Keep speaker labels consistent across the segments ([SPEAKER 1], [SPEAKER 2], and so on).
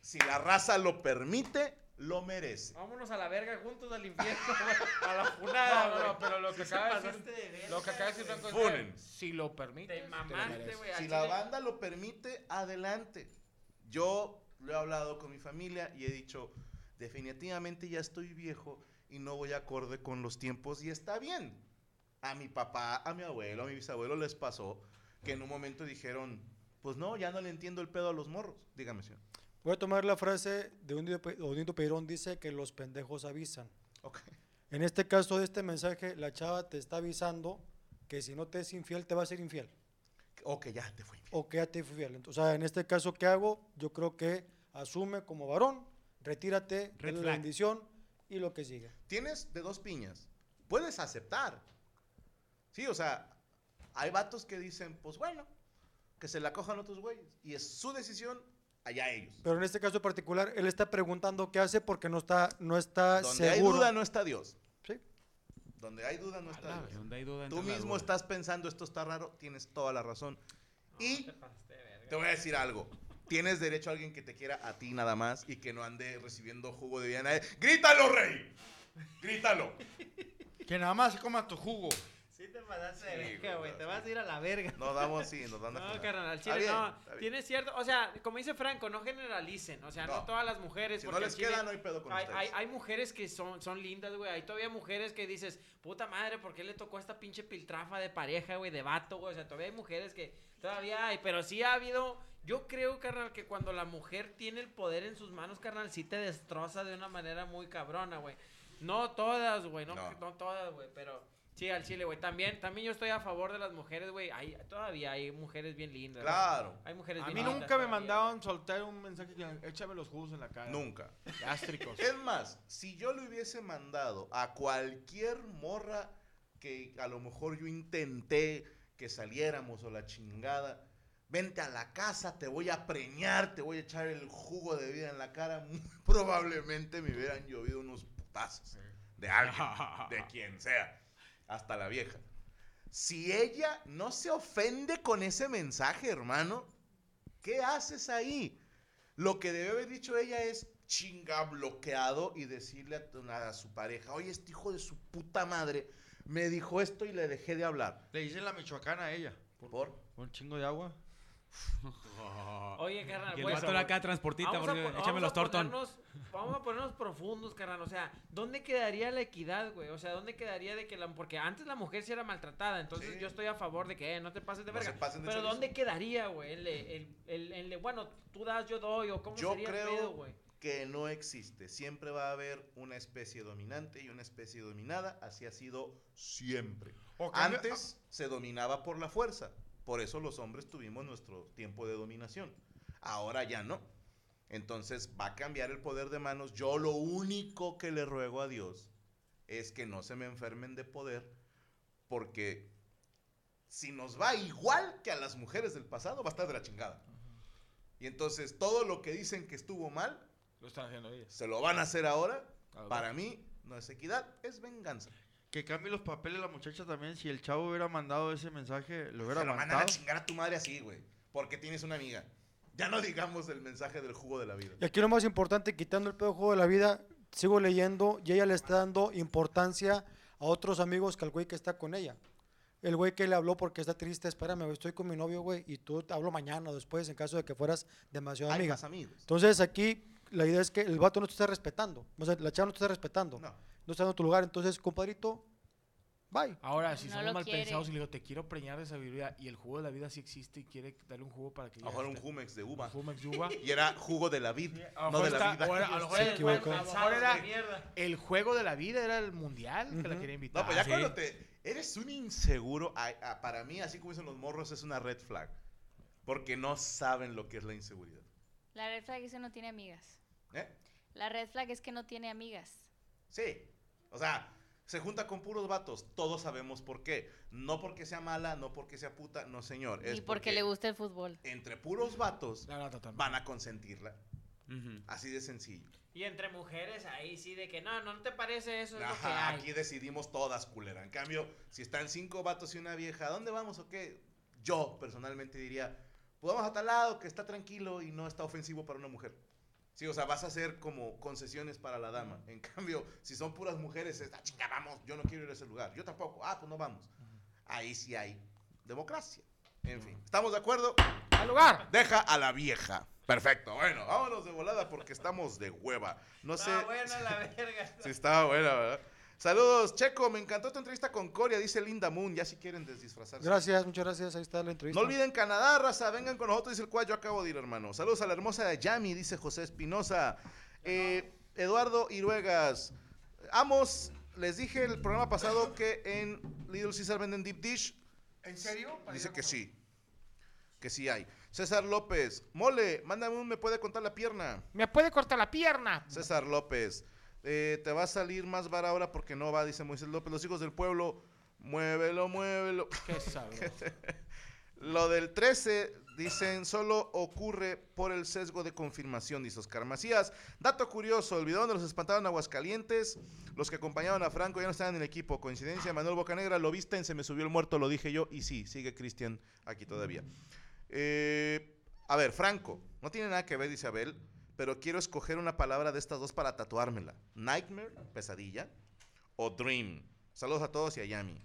[SPEAKER 1] Si la raza lo permite, lo merece.
[SPEAKER 2] Vámonos a la verga juntos al infierno, güey. A la funada,
[SPEAKER 3] No,
[SPEAKER 2] güey.
[SPEAKER 3] no, pero lo que
[SPEAKER 2] Sí
[SPEAKER 3] acaba de
[SPEAKER 2] te
[SPEAKER 3] decir-
[SPEAKER 2] pasaste de verga,
[SPEAKER 3] Lo que acaba de decir
[SPEAKER 2] güey.
[SPEAKER 3] Franco
[SPEAKER 1] Funen.
[SPEAKER 3] es si lo permite.
[SPEAKER 2] Te mamaste, güey.
[SPEAKER 1] Si
[SPEAKER 2] al
[SPEAKER 1] la
[SPEAKER 2] chile.
[SPEAKER 1] banda lo permite, adelante. Yo lo he hablado con mi familia y he dicho, definitivamente ya estoy viejo y no voy acorde con los tiempos y está bien. A mi papá, a mi abuelo, a mi bisabuelo les pasó que en un momento dijeron, pues no, ya no le entiendo el pedo a los morros. Dígame, señor.
[SPEAKER 4] Voy a tomar la frase de un Odinto Peirón, dice que los pendejos avisan.
[SPEAKER 1] Ok.
[SPEAKER 4] En este caso de este mensaje, la chava te está avisando que si no te es infiel, te va a ser infiel.
[SPEAKER 1] Ok, ya te fui.
[SPEAKER 4] O que ya te fui fiel. Entonces, o sea, en este caso, ¿qué hago? Yo creo que asume como varón, retírate, dale la
[SPEAKER 1] flag.
[SPEAKER 4] bendición y lo que sigue.
[SPEAKER 1] tienes de dos piñas. Puedes aceptar. Sí, o sea, hay vatos que dicen, pues bueno, que se la cojan otros güeyes. Y es su decisión, allá ellos.
[SPEAKER 4] Pero en este caso particular, él está preguntando qué hace porque no está, no está
[SPEAKER 1] Donde hay
[SPEAKER 4] seguro.
[SPEAKER 1] duda no está Dios.
[SPEAKER 4] Sí.
[SPEAKER 1] Donde hay duda no
[SPEAKER 3] A
[SPEAKER 1] está
[SPEAKER 3] la verga,
[SPEAKER 1] Dios.
[SPEAKER 3] donde hay duda,
[SPEAKER 1] Tú
[SPEAKER 3] entra la
[SPEAKER 1] mismo
[SPEAKER 3] duda.
[SPEAKER 1] estás pensando, esto está raro, tienes toda la razón. y te voy a decir algo. Tienes derecho a alguien que te quiera a ti nada más y que no ande recibiendo jugo de vida. a nadie. ¡Grítalo, rey! ¡Grítalo!
[SPEAKER 5] Que nada más se coma tu jugo.
[SPEAKER 2] Sí te pasaste de
[SPEAKER 1] Sí,
[SPEAKER 2] verga,
[SPEAKER 1] güey,
[SPEAKER 2] güey.
[SPEAKER 1] no,
[SPEAKER 2] Te
[SPEAKER 1] sí.
[SPEAKER 2] vas a ir a la verga.
[SPEAKER 1] Nos damos, sí, nos dan a
[SPEAKER 2] No,
[SPEAKER 1] comer.
[SPEAKER 2] carnal, al
[SPEAKER 1] Está
[SPEAKER 2] chile
[SPEAKER 1] bien,
[SPEAKER 2] no.
[SPEAKER 1] está bien.
[SPEAKER 2] Tienes cierto, o sea, como dice Franco, no generalicen, o sea, no,
[SPEAKER 1] No.
[SPEAKER 2] todas las mujeres.
[SPEAKER 1] Si no
[SPEAKER 2] porque
[SPEAKER 1] les
[SPEAKER 2] al chile
[SPEAKER 1] queda, no hay pedo con
[SPEAKER 2] hay,
[SPEAKER 1] ustedes.
[SPEAKER 2] hay- hay mujeres que son, son lindas, güey. Hay todavía mujeres que dices, puta madre, ¿por qué le tocó a esta pinche piltrafa de pareja, güey, de vato, güey? O sea, todavía hay mujeres que todavía hay, pero sí ha habido. Yo creo, carnal, que cuando la mujer tiene el poder en sus manos, carnal, sí te destroza de una manera muy cabrona, güey. No todas, güey, no,
[SPEAKER 1] No.
[SPEAKER 2] no todas, güey, pero. Sí, al chile, güey. También, también yo estoy a favor de las mujeres, güey. Hay, todavía hay mujeres bien lindas. güey.
[SPEAKER 1] Claro.
[SPEAKER 2] Hay mujeres
[SPEAKER 5] A
[SPEAKER 2] bien
[SPEAKER 5] mí
[SPEAKER 2] lindas
[SPEAKER 5] nunca me
[SPEAKER 2] todavía,
[SPEAKER 5] mandaban soltar un mensaje que échame los jugos en la cara.
[SPEAKER 1] Nunca.
[SPEAKER 5] Gástricos.
[SPEAKER 1] Es más, si yo le hubiese mandado a cualquier morra que a lo mejor yo intenté que saliéramos o la chingada, vente a la casa, te voy a preñar, te voy a echar el jugo de vida en la cara, muy probablemente me hubieran llovido unos putazos de alguien, de quien sea, hasta la vieja. Si ella no se ofende con ese mensaje, hermano, ¿qué haces ahí? Lo que debe haber dicho ella es chinga bloqueado y decirle a, tu- a su pareja, oye, este hijo de su puta madre me dijo esto y le dejé de hablar.
[SPEAKER 5] Le dicen la michoacana a ella.
[SPEAKER 1] ¿Por?
[SPEAKER 5] Un chingo de agua.
[SPEAKER 2] güey. Oye, carnal,
[SPEAKER 3] Y el
[SPEAKER 2] pues,
[SPEAKER 3] vato era acá transportita,
[SPEAKER 2] vamos a
[SPEAKER 3] porque
[SPEAKER 2] po-
[SPEAKER 3] échame
[SPEAKER 2] vamos
[SPEAKER 3] los
[SPEAKER 2] a
[SPEAKER 3] tortón.
[SPEAKER 2] ponernos- Vamos a ponernos profundos, carnal. O sea, ¿dónde quedaría la equidad, güey? O sea, ¿dónde quedaría de que la... Porque antes la mujer sí era maltratada, entonces
[SPEAKER 1] Sí.
[SPEAKER 2] yo estoy a favor de que eh, no te pases de
[SPEAKER 1] No se
[SPEAKER 2] verga.
[SPEAKER 1] pasen de
[SPEAKER 2] Pero
[SPEAKER 1] chorizo.
[SPEAKER 2] ¿dónde quedaría, güey? El, el, el- el de, bueno, tú das, yo doy, o cómo
[SPEAKER 1] Yo
[SPEAKER 2] sería el
[SPEAKER 1] creo
[SPEAKER 2] pedo, güey.
[SPEAKER 1] que no existe. Siempre va a haber una especie dominante y una especie dominada. Así ha sido siempre.
[SPEAKER 5] O cambia-
[SPEAKER 1] Antes se dominaba por la fuerza. Por eso los hombres tuvimos nuestro tiempo de dominación. Ahora ya no. Entonces va a cambiar el poder de manos. Yo lo único que le ruego a Dios es que no se me enfermen de poder. Porque si nos va igual que a las mujeres del pasado, va a estar de la chingada. Y entonces todo lo que dicen que estuvo mal,
[SPEAKER 5] Lo están haciendo ellas.
[SPEAKER 1] se lo van a hacer ahora.
[SPEAKER 3] Ah,
[SPEAKER 5] Claro.
[SPEAKER 1] Para mí no es equidad, es venganza.
[SPEAKER 5] Que cambie los papeles la muchacha también. Si el chavo hubiera mandado ese mensaje, lo
[SPEAKER 1] Se
[SPEAKER 5] hubiera
[SPEAKER 1] lo mandan a
[SPEAKER 5] mandado.
[SPEAKER 1] chingar a tu madre así, güey. Porque tienes una amiga. Ya no digamos el mensaje del jugo de la vida.
[SPEAKER 4] Y aquí lo más importante, quitando el pedo juego de la vida, sigo leyendo y ella le está dando importancia a otros amigos que al güey que está con ella. El güey que le habló porque está triste, espérame, güey, estoy con mi novio, güey, y tú te hablo mañana o después en caso de que fueras demasiado
[SPEAKER 1] Hay
[SPEAKER 4] amiga.
[SPEAKER 1] más amigos.
[SPEAKER 4] Entonces aquí la idea es que el vato no te está respetando. O sea, la chava no te está respetando. No,
[SPEAKER 1] No.
[SPEAKER 4] está en tu lugar. Entonces, compadrito, bye.
[SPEAKER 3] Ahora, si
[SPEAKER 6] No
[SPEAKER 3] somos
[SPEAKER 6] lo
[SPEAKER 3] mal
[SPEAKER 6] quiere.
[SPEAKER 3] pensados y le digo, te quiero preñar de sabiduría y el jugo de la vida sí existe y quiere darle un jugo para que.
[SPEAKER 1] A lo mejor un
[SPEAKER 3] jugo.
[SPEAKER 1] Jumex de uva.
[SPEAKER 3] Jumex de uva.
[SPEAKER 1] Y era jugo de la vid,
[SPEAKER 3] A lo
[SPEAKER 1] no
[SPEAKER 3] mejor
[SPEAKER 1] de la
[SPEAKER 3] está-
[SPEAKER 1] vida.
[SPEAKER 3] o era- a lo mejor
[SPEAKER 4] Se
[SPEAKER 3] era el-
[SPEAKER 4] equivocó.
[SPEAKER 3] a lo mejor era el juego de la vida, era el mundial que la
[SPEAKER 4] Ujú.
[SPEAKER 3] quería invitar.
[SPEAKER 1] No, pues ya
[SPEAKER 3] Ah, Sí.
[SPEAKER 1] cuando te. Eres un inseguro. ay, ah, para mí, así como dicen los morros, es una red flag. Porque no saben lo que es la inseguridad.
[SPEAKER 6] La red flag es que no tiene amigas.
[SPEAKER 1] ¿Eh?
[SPEAKER 6] La red flag es que no tiene amigas.
[SPEAKER 1] Sí. O sea, se junta con puros vatos. Todos sabemos por qué. No porque sea mala, no porque sea puta, no señor.
[SPEAKER 6] Ni porque le gusta el fútbol.
[SPEAKER 1] Entre puros vatos
[SPEAKER 3] No, no, no, no.
[SPEAKER 1] van a consentirla.
[SPEAKER 2] Ujú.
[SPEAKER 1] Así de sencillo.
[SPEAKER 2] Y entre mujeres ahí sí de que no, no te parece eso, es lo que
[SPEAKER 1] Ajá,
[SPEAKER 2] hay.
[SPEAKER 1] aquí decidimos todas, culera. En cambio, si están cinco vatos y una vieja, ¿a dónde vamos o qué? Yo personalmente diría, pues vamos a tal lado que está tranquilo y no está ofensivo para una mujer. Sí, o sea, vas a hacer como concesiones para la dama. En cambio, si son puras mujeres, es, ah, chinga, vamos, yo no quiero ir a ese lugar. Yo tampoco, ah, pues no vamos. Ahí sí hay democracia. En fin, ¿estamos de acuerdo?
[SPEAKER 3] ¡Al lugar!
[SPEAKER 1] Deja a la vieja. Perfecto, bueno, vámonos de volada porque estamos de hueva. No sé.
[SPEAKER 2] Ah, bueno, la verga.
[SPEAKER 1] Sí, estaba buena, ¿verdad? Saludos, Checo. Me encantó tu entrevista con Coria, dice Linda Moon. Ya si quieren desdisfrazarse.
[SPEAKER 4] Gracias, muchas gracias. Ahí está la entrevista.
[SPEAKER 1] No olviden Canadá, raza. Vengan con nosotros, dice el cual yo acabo de ir, hermano. Saludos a la hermosa Yami, dice José Espinosa. Eh, Eduardo Iruegas. Amos, les dije el programa pasado que en Little Caesar venden Deep Dish.
[SPEAKER 3] ¿En serio?
[SPEAKER 1] Dice que sí. Que sí hay. César López. Mole, mándame un me puede contar la pierna.
[SPEAKER 3] ¡Me puede cortar la pierna!
[SPEAKER 1] César López. eh, te va a salir más vara ahora porque no va, dice Moisés López. Los hijos del pueblo, muévelo, muévelo.
[SPEAKER 3] ¡Qué sabroso!
[SPEAKER 1] Lo del 13, dicen, solo ocurre por el sesgo de confirmación, dice Oscar Macías. Dato curioso, el video donde los espantaron Aguascalientes, los que acompañaban a Franco ya no estaban en el equipo. Coincidencia, Manuel Bocanegra, lo viste en Se me subió el muerto, lo dije yo, y sí, sigue Cristian aquí todavía. Eh, a ver, Franco, no tiene nada que ver, dice Abel, pero quiero escoger una palabra de estas dos para tatuármela. Nightmare, pesadilla, o dream. Saludos a todos y a Yami.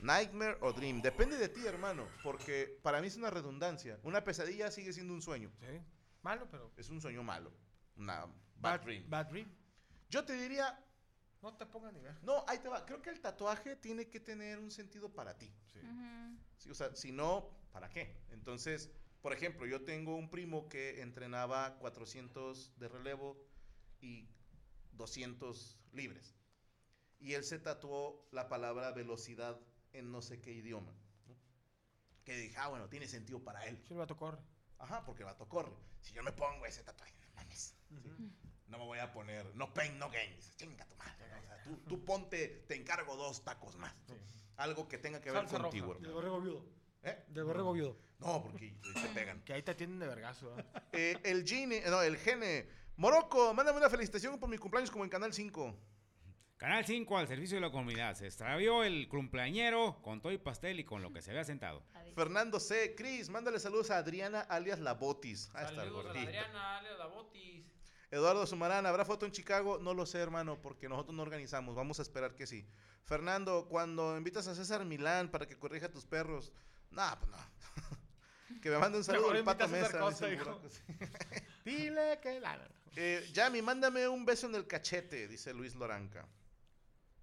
[SPEAKER 1] Nightmare o Dream. Depende de ti, hermano, porque para mí es una redundancia. Una pesadilla sigue siendo un sueño.
[SPEAKER 3] Sí, Malo, pero.
[SPEAKER 1] Es un sueño malo. Una bad dream.
[SPEAKER 3] Bad dream.
[SPEAKER 1] Yo te diría,
[SPEAKER 3] No te pongas ni ver.
[SPEAKER 1] no, ahí te va. Creo que el tatuaje tiene que tener un sentido para ti.
[SPEAKER 6] Ujú.
[SPEAKER 1] Sí, o sea, si no, ¿para qué? Entonces, por ejemplo, yo tengo un primo que entrenaba 400 de relevo y 200 libres. Y él se tatuó la palabra velocidad en no sé qué idioma. ¿no? Que dije, ah, bueno, tiene sentido para él.
[SPEAKER 3] Sí, el vato corre.
[SPEAKER 1] Ajá, porque el vato corre. Si yo me pongo ese tatuaje, no mames. ¿sí? No me voy a poner, no pain, no gain. Dices, chinga tu madre. ¿no? O sea, tú, tú ponte, te encargo dos tacos más. ¿no? Algo que tenga que ver
[SPEAKER 3] Salsa roja.
[SPEAKER 1] contigo,
[SPEAKER 4] Del
[SPEAKER 1] hermano.
[SPEAKER 4] borrego viudo.
[SPEAKER 1] ¿Eh?
[SPEAKER 4] Del borrego viudo.
[SPEAKER 1] No, porque te pegan.
[SPEAKER 3] Que ahí te atienden de vergazo. ¿eh?
[SPEAKER 1] Eh, el Gene, no, el Gene. Morocco, mándame una felicitación por mi cumpleaños como en Canal 5.
[SPEAKER 7] Canal 5 al servicio de la comunidad. Se extravió el cumpleañero con todo y pastel y con lo que se había sentado.
[SPEAKER 6] Adiós.
[SPEAKER 1] Fernando C. Cris, mándale saludos a Adriana alias La Botis. Ah, está el
[SPEAKER 2] Saludos a la
[SPEAKER 1] gordito.
[SPEAKER 2] Adriana, dale a la botis.
[SPEAKER 1] Eduardo Sumarán, ¿habrá foto en Chicago? No lo sé, hermano, porque nosotros no organizamos. Vamos a esperar que sí. Fernando, cuando invitas a César Milán para que corrija a tus perros. Nah, pues no. que me mande un saludo
[SPEAKER 3] Mejor
[SPEAKER 1] al pato
[SPEAKER 3] invita a César
[SPEAKER 1] mesa.
[SPEAKER 3] Costa,
[SPEAKER 1] dice el
[SPEAKER 3] hijo.
[SPEAKER 1] Buraco.
[SPEAKER 3] Dile que la.
[SPEAKER 1] Eh, Yami, mándame un beso en el cachete, dice Luis Loranca.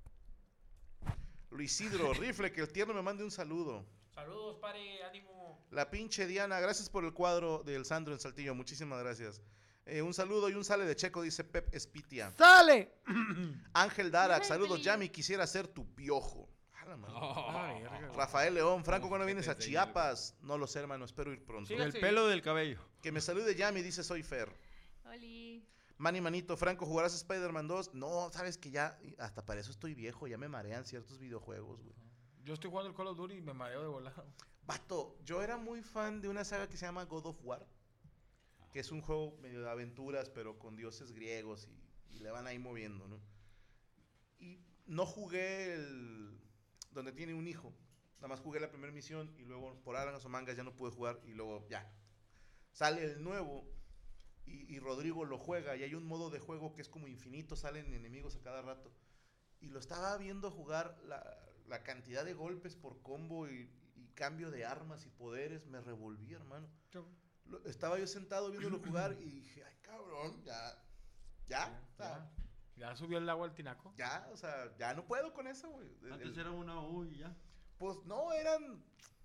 [SPEAKER 1] Luisidro, rifle, que el tierno me mande un saludo.
[SPEAKER 2] Saludos, pare, ánimo.
[SPEAKER 1] La pinche Diana, gracias por el cuadro del Sandro en Saltillo, muchísimas gracias. Eh, un saludo y un sale de checo, dice Pep Espitia.
[SPEAKER 4] ¡Sale!
[SPEAKER 1] Ángel Darak,
[SPEAKER 6] Ay,
[SPEAKER 1] saludos
[SPEAKER 6] Pelín.
[SPEAKER 1] Yami, quisiera ser tu piojo. A la madre.
[SPEAKER 3] Ay, verga.
[SPEAKER 1] Rafael León, Franco, ¿cuándo
[SPEAKER 7] Ojete
[SPEAKER 1] vienes a
[SPEAKER 7] de
[SPEAKER 1] Chiapas? No lo sé, hermano, espero ir pronto.
[SPEAKER 2] Sí,
[SPEAKER 5] Del
[SPEAKER 2] sí.
[SPEAKER 5] pelo del cabello.
[SPEAKER 1] Que me salude Yami, dice Soy Fer.
[SPEAKER 6] Oli.
[SPEAKER 1] Manny Manito, Franco, ¿jugarás Spider-Man 2? No, sabes que ya, hasta para eso estoy viejo, ya me marean ciertos videojuegos, güey.
[SPEAKER 3] Yo estoy jugando el Call of Duty y me mareo de volado.
[SPEAKER 1] Vato, yo era muy fan de una saga que se llama God of War, que es un juego medio de aventuras, pero con dioses griegos y, y le van ahí moviendo, ¿no? Y no jugué el... donde tiene un hijo. Nada más jugué la primera misión y luego por arangas o mangas ya no pude jugar y luego ya. Sale el nuevo y, y Rodrigo lo juega y hay un modo de juego que es como infinito, salen enemigos a cada rato. Y lo estaba viendo jugar la, la cantidad de golpes por combo y, y cambio de armas y poderes, me revolví, hermano. lo- estaba yo sentado viéndolo jugar y dije, ay, cabrón, ya, ya, o sea,
[SPEAKER 3] ¿Ya subió el agua al tinaco?
[SPEAKER 1] ya, o sea, ya no puedo con eso, güey. El-
[SPEAKER 5] Antes
[SPEAKER 1] el-
[SPEAKER 5] era una U y ya.
[SPEAKER 1] Pues no, eran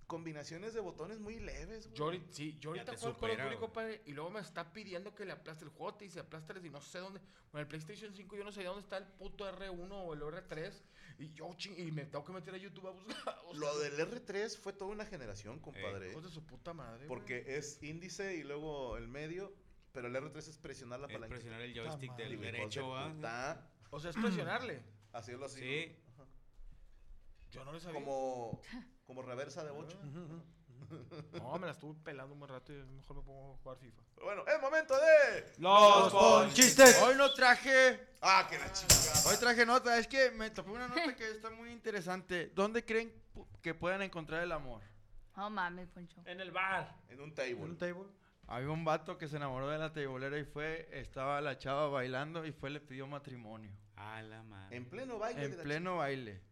[SPEAKER 1] combinaciones de botones muy leves, güey.
[SPEAKER 8] Yo ahorita, sí, yo ahorita
[SPEAKER 7] te
[SPEAKER 8] juego con
[SPEAKER 7] supera,
[SPEAKER 8] el
[SPEAKER 7] güey.
[SPEAKER 8] compadre y luego me está pidiendo que le aplaste el juego, te dice aplástales y no sé dónde. Con el PlayStation 5 yo no sé dónde está el puto R1 o el R3 y yo ching, y me tengo que meter a YouTube a buscar. o sea,
[SPEAKER 1] Lo del R3 fue toda una generación,
[SPEAKER 3] Eh,
[SPEAKER 1] compadre.
[SPEAKER 8] Hijos de su puta madre.
[SPEAKER 1] porque es índice y luego el medio, pero el R3 es presionar la
[SPEAKER 7] Es
[SPEAKER 1] palanca.
[SPEAKER 7] presionar el joystick
[SPEAKER 4] madre.
[SPEAKER 7] del derecho, ¿va?
[SPEAKER 8] güey. O sea, es presionarle.
[SPEAKER 1] Hacerlo así.
[SPEAKER 7] Sí.
[SPEAKER 1] Ajá.
[SPEAKER 8] Yo no le sabía.
[SPEAKER 1] Como, como reversa de 8.
[SPEAKER 3] No, me la estuve pelando un buen rato y mejor me pongo a jugar FIFA.
[SPEAKER 1] Bueno, es momento de.
[SPEAKER 3] ¡Los
[SPEAKER 4] ¡Chistes!
[SPEAKER 5] Hoy no traje.
[SPEAKER 1] ¡Ah, que la chingada!
[SPEAKER 5] Hoy traje nota. Es que me topé una nota que está muy interesante. ¿Dónde creen pu- que puedan encontrar el amor?
[SPEAKER 6] No mames, Poncho.
[SPEAKER 2] En el
[SPEAKER 8] Ah.
[SPEAKER 2] bar.
[SPEAKER 1] En un table.
[SPEAKER 4] ¿Un table?
[SPEAKER 5] Había un vato que se enamoró de la tebolera y fue, estaba la chava bailando y fue, le pidió matrimonio.
[SPEAKER 7] A la madre.
[SPEAKER 1] En pleno baile. de
[SPEAKER 5] En
[SPEAKER 1] la
[SPEAKER 5] pleno baile.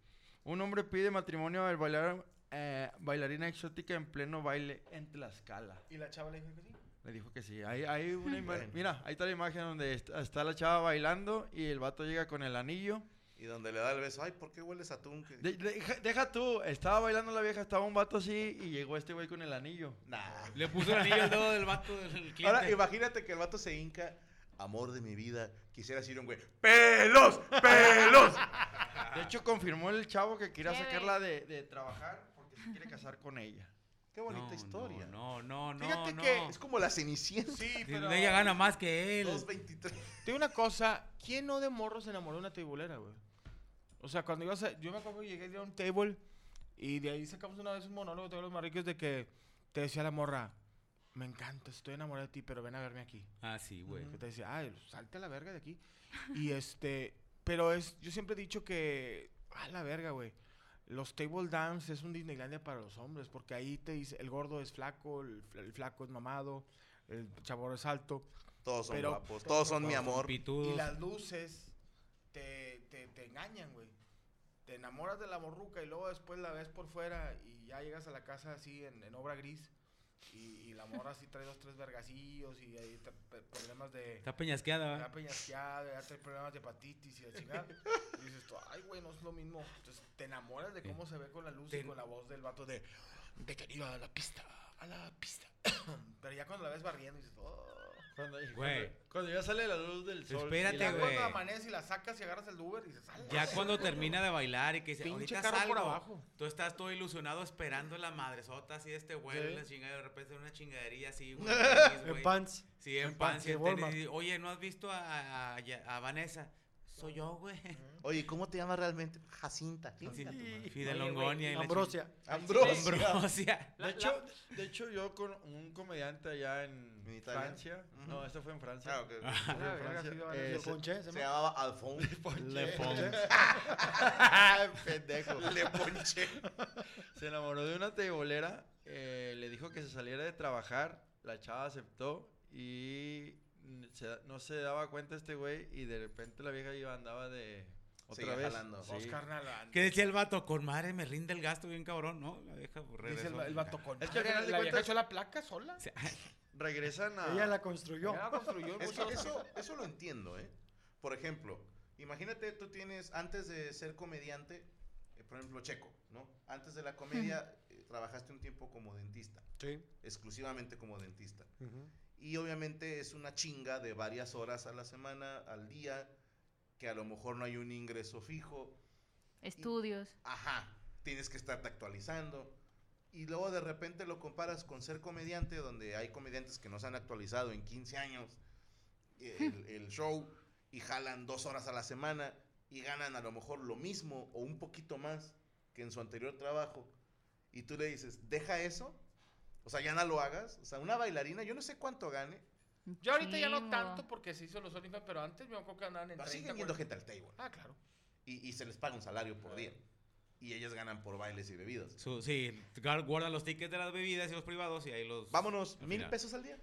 [SPEAKER 5] Un hombre pide matrimonio al bailar, eh, bailarina exótica en pleno baile en Tlaxcala.
[SPEAKER 3] ¿Y la chava le dijo que sí?
[SPEAKER 5] Le dijo que sí. Hay, hay una imagen. Mira, ahí está la imagen donde est- está, la chava bailando y el vato llega con el anillo.
[SPEAKER 1] chingada. Y donde le da el beso. Ay, ¿por qué hueles a atún? Que-
[SPEAKER 5] De- deja, deja tú, estaba bailando la vieja, estaba un vato así y llegó este güey con el anillo.
[SPEAKER 1] Nah.
[SPEAKER 7] Le puso el anillo al dedo del vato del cliente.
[SPEAKER 1] Ahora, imagínate que el vato se hinca. Amor de mi vida. Quisiera decir un güey. ¡Pelos! ¡Pelos!
[SPEAKER 5] De hecho, confirmó el chavo que quería
[SPEAKER 6] Chévere.
[SPEAKER 5] sacarla de, de trabajar porque se quiere casar con ella.
[SPEAKER 1] qué bonita historia.
[SPEAKER 7] No, no, no.
[SPEAKER 1] Fíjate
[SPEAKER 7] no.
[SPEAKER 1] que es como la cenicienta.
[SPEAKER 3] Sí, pero...
[SPEAKER 7] Ella gana más que él.
[SPEAKER 1] 223.
[SPEAKER 3] Te digo una cosa, ¿quién no de morro se enamoró de una tabulera, güey? O sea, cuando ibas a... Yo me acuerdo que llegué a un table y de ahí sacamos una vez un monólogo de los marricos de que te decía la morra, me encanta, estoy enamorado de ti, pero ven a verme aquí.
[SPEAKER 7] Ah, sí, güey.
[SPEAKER 3] Que te decía, ay, salte a la verga de aquí. Y este, pero es, yo siempre he dicho que, a la verga, güey. Los table dance es un Disneylandia para los hombres, porque ahí te dice, el gordo es flaco, el, fl- el flaco es mamado, el chavo es alto.
[SPEAKER 1] Todos son
[SPEAKER 3] Pero-
[SPEAKER 1] guapos. Todos son mi amor.
[SPEAKER 3] Y
[SPEAKER 7] Pitudos.
[SPEAKER 3] las luces te, te, te engañan, güey. Te enamoras de la morruca y luego después la ves por fuera y ya llegas a la casa así en, en obra gris. Y, y la morra así trae dos, tres vergacillos y ahí te- pe- problemas de...
[SPEAKER 7] Está peñasqueada,
[SPEAKER 3] Ya
[SPEAKER 7] ¿va?
[SPEAKER 3] peñasqueada, ya trae problemas de hepatitis y la chingada. Y dices tú, ay, güey, no es lo mismo. Entonces te enamoras de cómo se ve con la luz y
[SPEAKER 7] Te-
[SPEAKER 3] con la voz del vato de detenido a la pista, a la pista. Pero ya cuando la ves barriendo dices, oh.
[SPEAKER 5] Cuando,
[SPEAKER 7] Güey.
[SPEAKER 5] cuando- cuando ya sale la luz del sol.
[SPEAKER 7] Espérate,
[SPEAKER 5] y
[SPEAKER 3] Ya
[SPEAKER 5] la-
[SPEAKER 7] güey.
[SPEAKER 3] cuando amanece y la sacas y agarras el Uber y dices, "A la
[SPEAKER 7] Ya
[SPEAKER 3] madre".
[SPEAKER 7] cuando termina de bailar y que dice,
[SPEAKER 3] Pinche
[SPEAKER 7] ahorita
[SPEAKER 3] carro por
[SPEAKER 7] salgo",
[SPEAKER 3] abajo.
[SPEAKER 7] Tú estás todo ilusionado esperando la madresota así de este güey,
[SPEAKER 4] Sí.
[SPEAKER 7] la chingada, de repente una chingadería así, güey. tenis,
[SPEAKER 4] En
[SPEAKER 7] güey.
[SPEAKER 4] pants.
[SPEAKER 7] Sí, en
[SPEAKER 4] en
[SPEAKER 7] pan,
[SPEAKER 4] pants,
[SPEAKER 7] sí,
[SPEAKER 4] de
[SPEAKER 7] en tenis,
[SPEAKER 4] Walmart.
[SPEAKER 7] y, Oye, ¿no has visto a, a- a- a Vanessa? Soy yo, güey.
[SPEAKER 1] Oye, ¿cómo te llamas realmente? Jacinta.
[SPEAKER 7] Sí,
[SPEAKER 1] Jacinta.
[SPEAKER 7] Fidel
[SPEAKER 2] Oye, güey,
[SPEAKER 7] Longonia. y la
[SPEAKER 4] Ambrosia.
[SPEAKER 7] chingada.
[SPEAKER 1] Ambrosia.
[SPEAKER 7] Ambrosia.
[SPEAKER 5] De hecho, de hecho, yo con un comediante allá en
[SPEAKER 1] ¿En Italia?
[SPEAKER 5] Francia.
[SPEAKER 1] Ujú.
[SPEAKER 5] No, esto fue en Francia.
[SPEAKER 1] Ah, ok.
[SPEAKER 5] Esto fue en
[SPEAKER 3] verga,
[SPEAKER 5] Francia.
[SPEAKER 3] sí lo van a
[SPEAKER 5] Eh,
[SPEAKER 4] Le
[SPEAKER 5] se-
[SPEAKER 4] ponché, se
[SPEAKER 1] Se
[SPEAKER 4] llama.
[SPEAKER 1] llamaba Alphonse.
[SPEAKER 7] Le pongo.
[SPEAKER 5] Pendejo.
[SPEAKER 1] Le ponché.
[SPEAKER 5] Se enamoró de una tebolera. eh, le dijo que se saliera de trabajar. La chava aceptó y n- se da- no se daba cuenta este güey. Y de repente la vieja iba andaba de. Otra
[SPEAKER 1] Seguía
[SPEAKER 5] vez.
[SPEAKER 1] jalando.
[SPEAKER 5] Sí.
[SPEAKER 3] Pues, carnal,
[SPEAKER 7] ¿Qué decía el vato? Con madre me rinde el gasto bien cabrón, ¿no? La vieja pues,
[SPEAKER 3] Dice el,
[SPEAKER 7] regresó.
[SPEAKER 3] el vato con.
[SPEAKER 5] Es que al
[SPEAKER 3] madre,
[SPEAKER 5] final de
[SPEAKER 3] la vieja
[SPEAKER 5] cuentas-
[SPEAKER 3] echó la placa sola.
[SPEAKER 7] Sí.
[SPEAKER 5] Regresan a.
[SPEAKER 4] Ella la construyó.
[SPEAKER 3] Ya la construyó el
[SPEAKER 1] Es que
[SPEAKER 3] muchacho.
[SPEAKER 1] eso, eso lo entiendo, ¿eh? Por ejemplo, imagínate tú tienes, antes de ser comediante, eh, por ejemplo, Checo, ¿no? Antes de la comedia eh, trabajaste un tiempo como dentista,
[SPEAKER 4] Sí.
[SPEAKER 1] exclusivamente como dentista.
[SPEAKER 4] Ujú.
[SPEAKER 1] Y obviamente es una chinga de varias horas a la semana, al día, que a lo mejor no hay un ingreso fijo.
[SPEAKER 6] Estudios.
[SPEAKER 1] Ajá, tienes que estarte actualizando. Y luego de repente lo comparas con ser comediante, donde hay comediantes que no se han actualizado en 15 años el, el show y jalan dos horas a la semana y ganan a lo mejor lo mismo o un poquito más que en su anterior trabajo. Y tú le dices, deja eso, o sea, ya no lo hagas. O sea, una bailarina, yo no sé cuánto gane,
[SPEAKER 8] Yo ahorita ya no
[SPEAKER 6] Chingo.
[SPEAKER 8] tanto porque se hizo los OnlyFans, pero antes me acuerdo que andaban en
[SPEAKER 1] pero
[SPEAKER 8] 30,
[SPEAKER 1] siguen yendo
[SPEAKER 8] 40.
[SPEAKER 1] gente al table
[SPEAKER 8] Ah, claro.
[SPEAKER 1] y, y se les paga un salario por día. Y ellas ganan por bailes y bebidas.
[SPEAKER 7] Su- sí, guar- guarda los tickets de las bebidas y los privados y ahí los...
[SPEAKER 1] Vámonos,
[SPEAKER 7] al
[SPEAKER 1] mil
[SPEAKER 7] final.
[SPEAKER 1] pesos al día.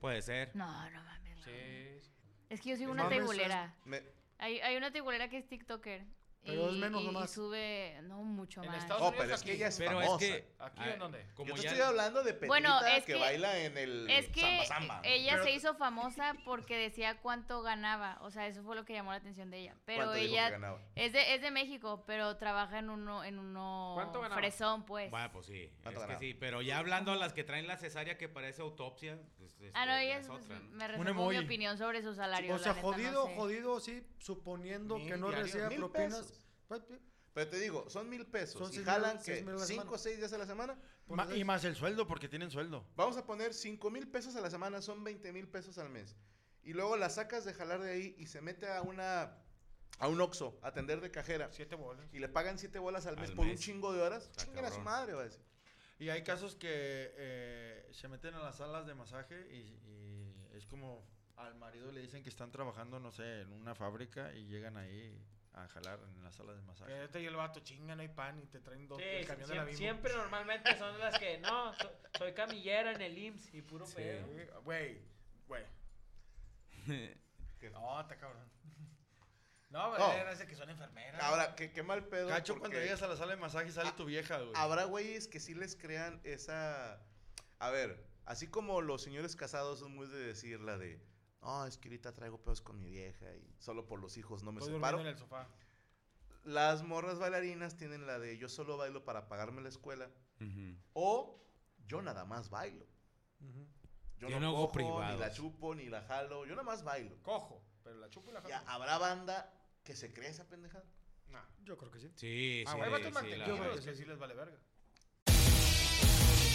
[SPEAKER 7] Puede ser.
[SPEAKER 6] No, no mames. no.
[SPEAKER 8] Sí.
[SPEAKER 6] Es que yo soy
[SPEAKER 4] No
[SPEAKER 1] Pues
[SPEAKER 6] una
[SPEAKER 4] mames,
[SPEAKER 6] tribulera.
[SPEAKER 1] Me-
[SPEAKER 6] Hay, hay una tribulera que es TikToker
[SPEAKER 4] Pero es
[SPEAKER 6] y-
[SPEAKER 4] menos
[SPEAKER 6] y-
[SPEAKER 4] o
[SPEAKER 6] y
[SPEAKER 4] más.
[SPEAKER 6] sube, no mucho
[SPEAKER 8] En
[SPEAKER 6] más.
[SPEAKER 8] Estados
[SPEAKER 1] No,
[SPEAKER 8] Unidos
[SPEAKER 1] pero es
[SPEAKER 8] aquí.
[SPEAKER 1] que ella es
[SPEAKER 7] Pero
[SPEAKER 1] famosa.
[SPEAKER 7] es que.
[SPEAKER 8] ¿Aquí
[SPEAKER 7] ah,
[SPEAKER 8] en dónde?
[SPEAKER 7] Como
[SPEAKER 1] Yo te
[SPEAKER 7] ya-
[SPEAKER 1] estoy hablando de Pepita
[SPEAKER 6] Bueno, es
[SPEAKER 1] que,
[SPEAKER 6] que-
[SPEAKER 1] baila en el
[SPEAKER 6] Es que
[SPEAKER 1] samba samba.
[SPEAKER 6] ella
[SPEAKER 8] Pero-
[SPEAKER 6] se hizo famosa porque decía cuánto ganaba. O sea, eso fue lo que llamó la atención de ella. Pero
[SPEAKER 1] ¿Cuánto dijo que
[SPEAKER 6] ella
[SPEAKER 1] ganaba?
[SPEAKER 6] es de, es de México, pero trabaja en uno, en uno
[SPEAKER 2] ¿Cuánto ganaba?
[SPEAKER 6] fresón, pues.
[SPEAKER 7] Bueno, pues sí.
[SPEAKER 1] ¿Cuánto
[SPEAKER 7] Es que
[SPEAKER 1] ganaba?
[SPEAKER 7] sí. Pero ya hablando a las que traen la cesárea que parece autopsia. pues,
[SPEAKER 6] ah,
[SPEAKER 7] este,
[SPEAKER 6] no,
[SPEAKER 7] ya
[SPEAKER 6] ella
[SPEAKER 7] es
[SPEAKER 6] es-
[SPEAKER 7] otra, ¿no?
[SPEAKER 6] me reservó mi
[SPEAKER 3] emoji.
[SPEAKER 6] opinión sobre su salario.
[SPEAKER 4] O
[SPEAKER 6] la
[SPEAKER 4] sea,
[SPEAKER 6] neta, no
[SPEAKER 4] jodido,
[SPEAKER 6] sé.
[SPEAKER 4] jodido, sí, suponiendo
[SPEAKER 8] Mil
[SPEAKER 4] que no
[SPEAKER 8] diarios,
[SPEAKER 4] reciba
[SPEAKER 1] mil
[SPEAKER 4] propinas.
[SPEAKER 1] pesos.
[SPEAKER 4] pues, pues,
[SPEAKER 1] Pero te digo, son mil pesos.
[SPEAKER 4] Son
[SPEAKER 1] y
[SPEAKER 4] seis mil-
[SPEAKER 1] jalan
[SPEAKER 4] seis
[SPEAKER 1] que
[SPEAKER 4] mil a la
[SPEAKER 1] cinco o
[SPEAKER 4] semana.
[SPEAKER 1] seis días a la semana.
[SPEAKER 4] ponle
[SPEAKER 3] Ma-
[SPEAKER 4] seis.
[SPEAKER 3] y más el sueldo, porque tienen sueldo.
[SPEAKER 1] Vamos a poner cinco mil pesos a la semana, son 20 mil pesos al mes. Y luego la sacas de jalar de ahí y se mete a una a un Oxxo, a atender de cajera.
[SPEAKER 8] Siete bolas.
[SPEAKER 1] Y le pagan siete bolas al
[SPEAKER 7] Al
[SPEAKER 1] mes, por un
[SPEAKER 7] mes.
[SPEAKER 1] chingo de horas.
[SPEAKER 7] Está
[SPEAKER 1] Chinguen a su
[SPEAKER 7] cabrón.
[SPEAKER 1] madre, va a decir.
[SPEAKER 5] Y hay casos que eh, se meten a las salas de masaje y, y es como al marido le dicen que están trabajando, no sé, en una fábrica y llegan ahí a jalar en las salas de masaje.
[SPEAKER 8] Este y el vato, chinga, no hay pan y te traen dos
[SPEAKER 2] Sí,
[SPEAKER 8] el camión de la
[SPEAKER 2] siempre,
[SPEAKER 8] misma.
[SPEAKER 2] siempre normalmente son las que no, so- soy camillera en el IMSS y puro
[SPEAKER 7] Sí.
[SPEAKER 2] pedo.
[SPEAKER 8] Güey, güey. No, está cabrón. No,
[SPEAKER 1] No.
[SPEAKER 8] güey, no. que son enfermeras.
[SPEAKER 1] Ahora, qué, qué mal pedo.
[SPEAKER 5] Cacho,
[SPEAKER 1] porque
[SPEAKER 5] cuando llegas a la sala de masaje sale
[SPEAKER 1] Ah,
[SPEAKER 5] tu vieja, güey.
[SPEAKER 1] Habrá güeyes que sí les crean esa. A ver, así como los señores casados son muy de decir la de. No, es que ahorita traigo pedos con mi vieja y solo por los hijos no me
[SPEAKER 8] Estoy
[SPEAKER 1] separo.
[SPEAKER 8] durmiendo en el sofá.
[SPEAKER 1] Las morras bailarinas tienen la de yo solo bailo para pagarme la escuela
[SPEAKER 7] Ujú.
[SPEAKER 1] o yo nada más bailo.
[SPEAKER 4] Ujú.
[SPEAKER 1] Yo,
[SPEAKER 7] Yo
[SPEAKER 1] no
[SPEAKER 7] no hago
[SPEAKER 1] cojo, ni la
[SPEAKER 7] privados.
[SPEAKER 1] chupo, ni la jalo, yo nada más bailo.
[SPEAKER 8] Cojo, pero la chupo y la
[SPEAKER 1] Ya,
[SPEAKER 8] jalo.
[SPEAKER 1] ¿Habrá banda que se cree esa pendejada?
[SPEAKER 8] Nah.
[SPEAKER 4] Yo creo que sí.
[SPEAKER 7] Sí,
[SPEAKER 8] Ah,
[SPEAKER 7] sí.
[SPEAKER 8] güey, hay vatos
[SPEAKER 7] sí, la-
[SPEAKER 8] mantequillos que sí les vale verga.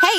[SPEAKER 9] Hey,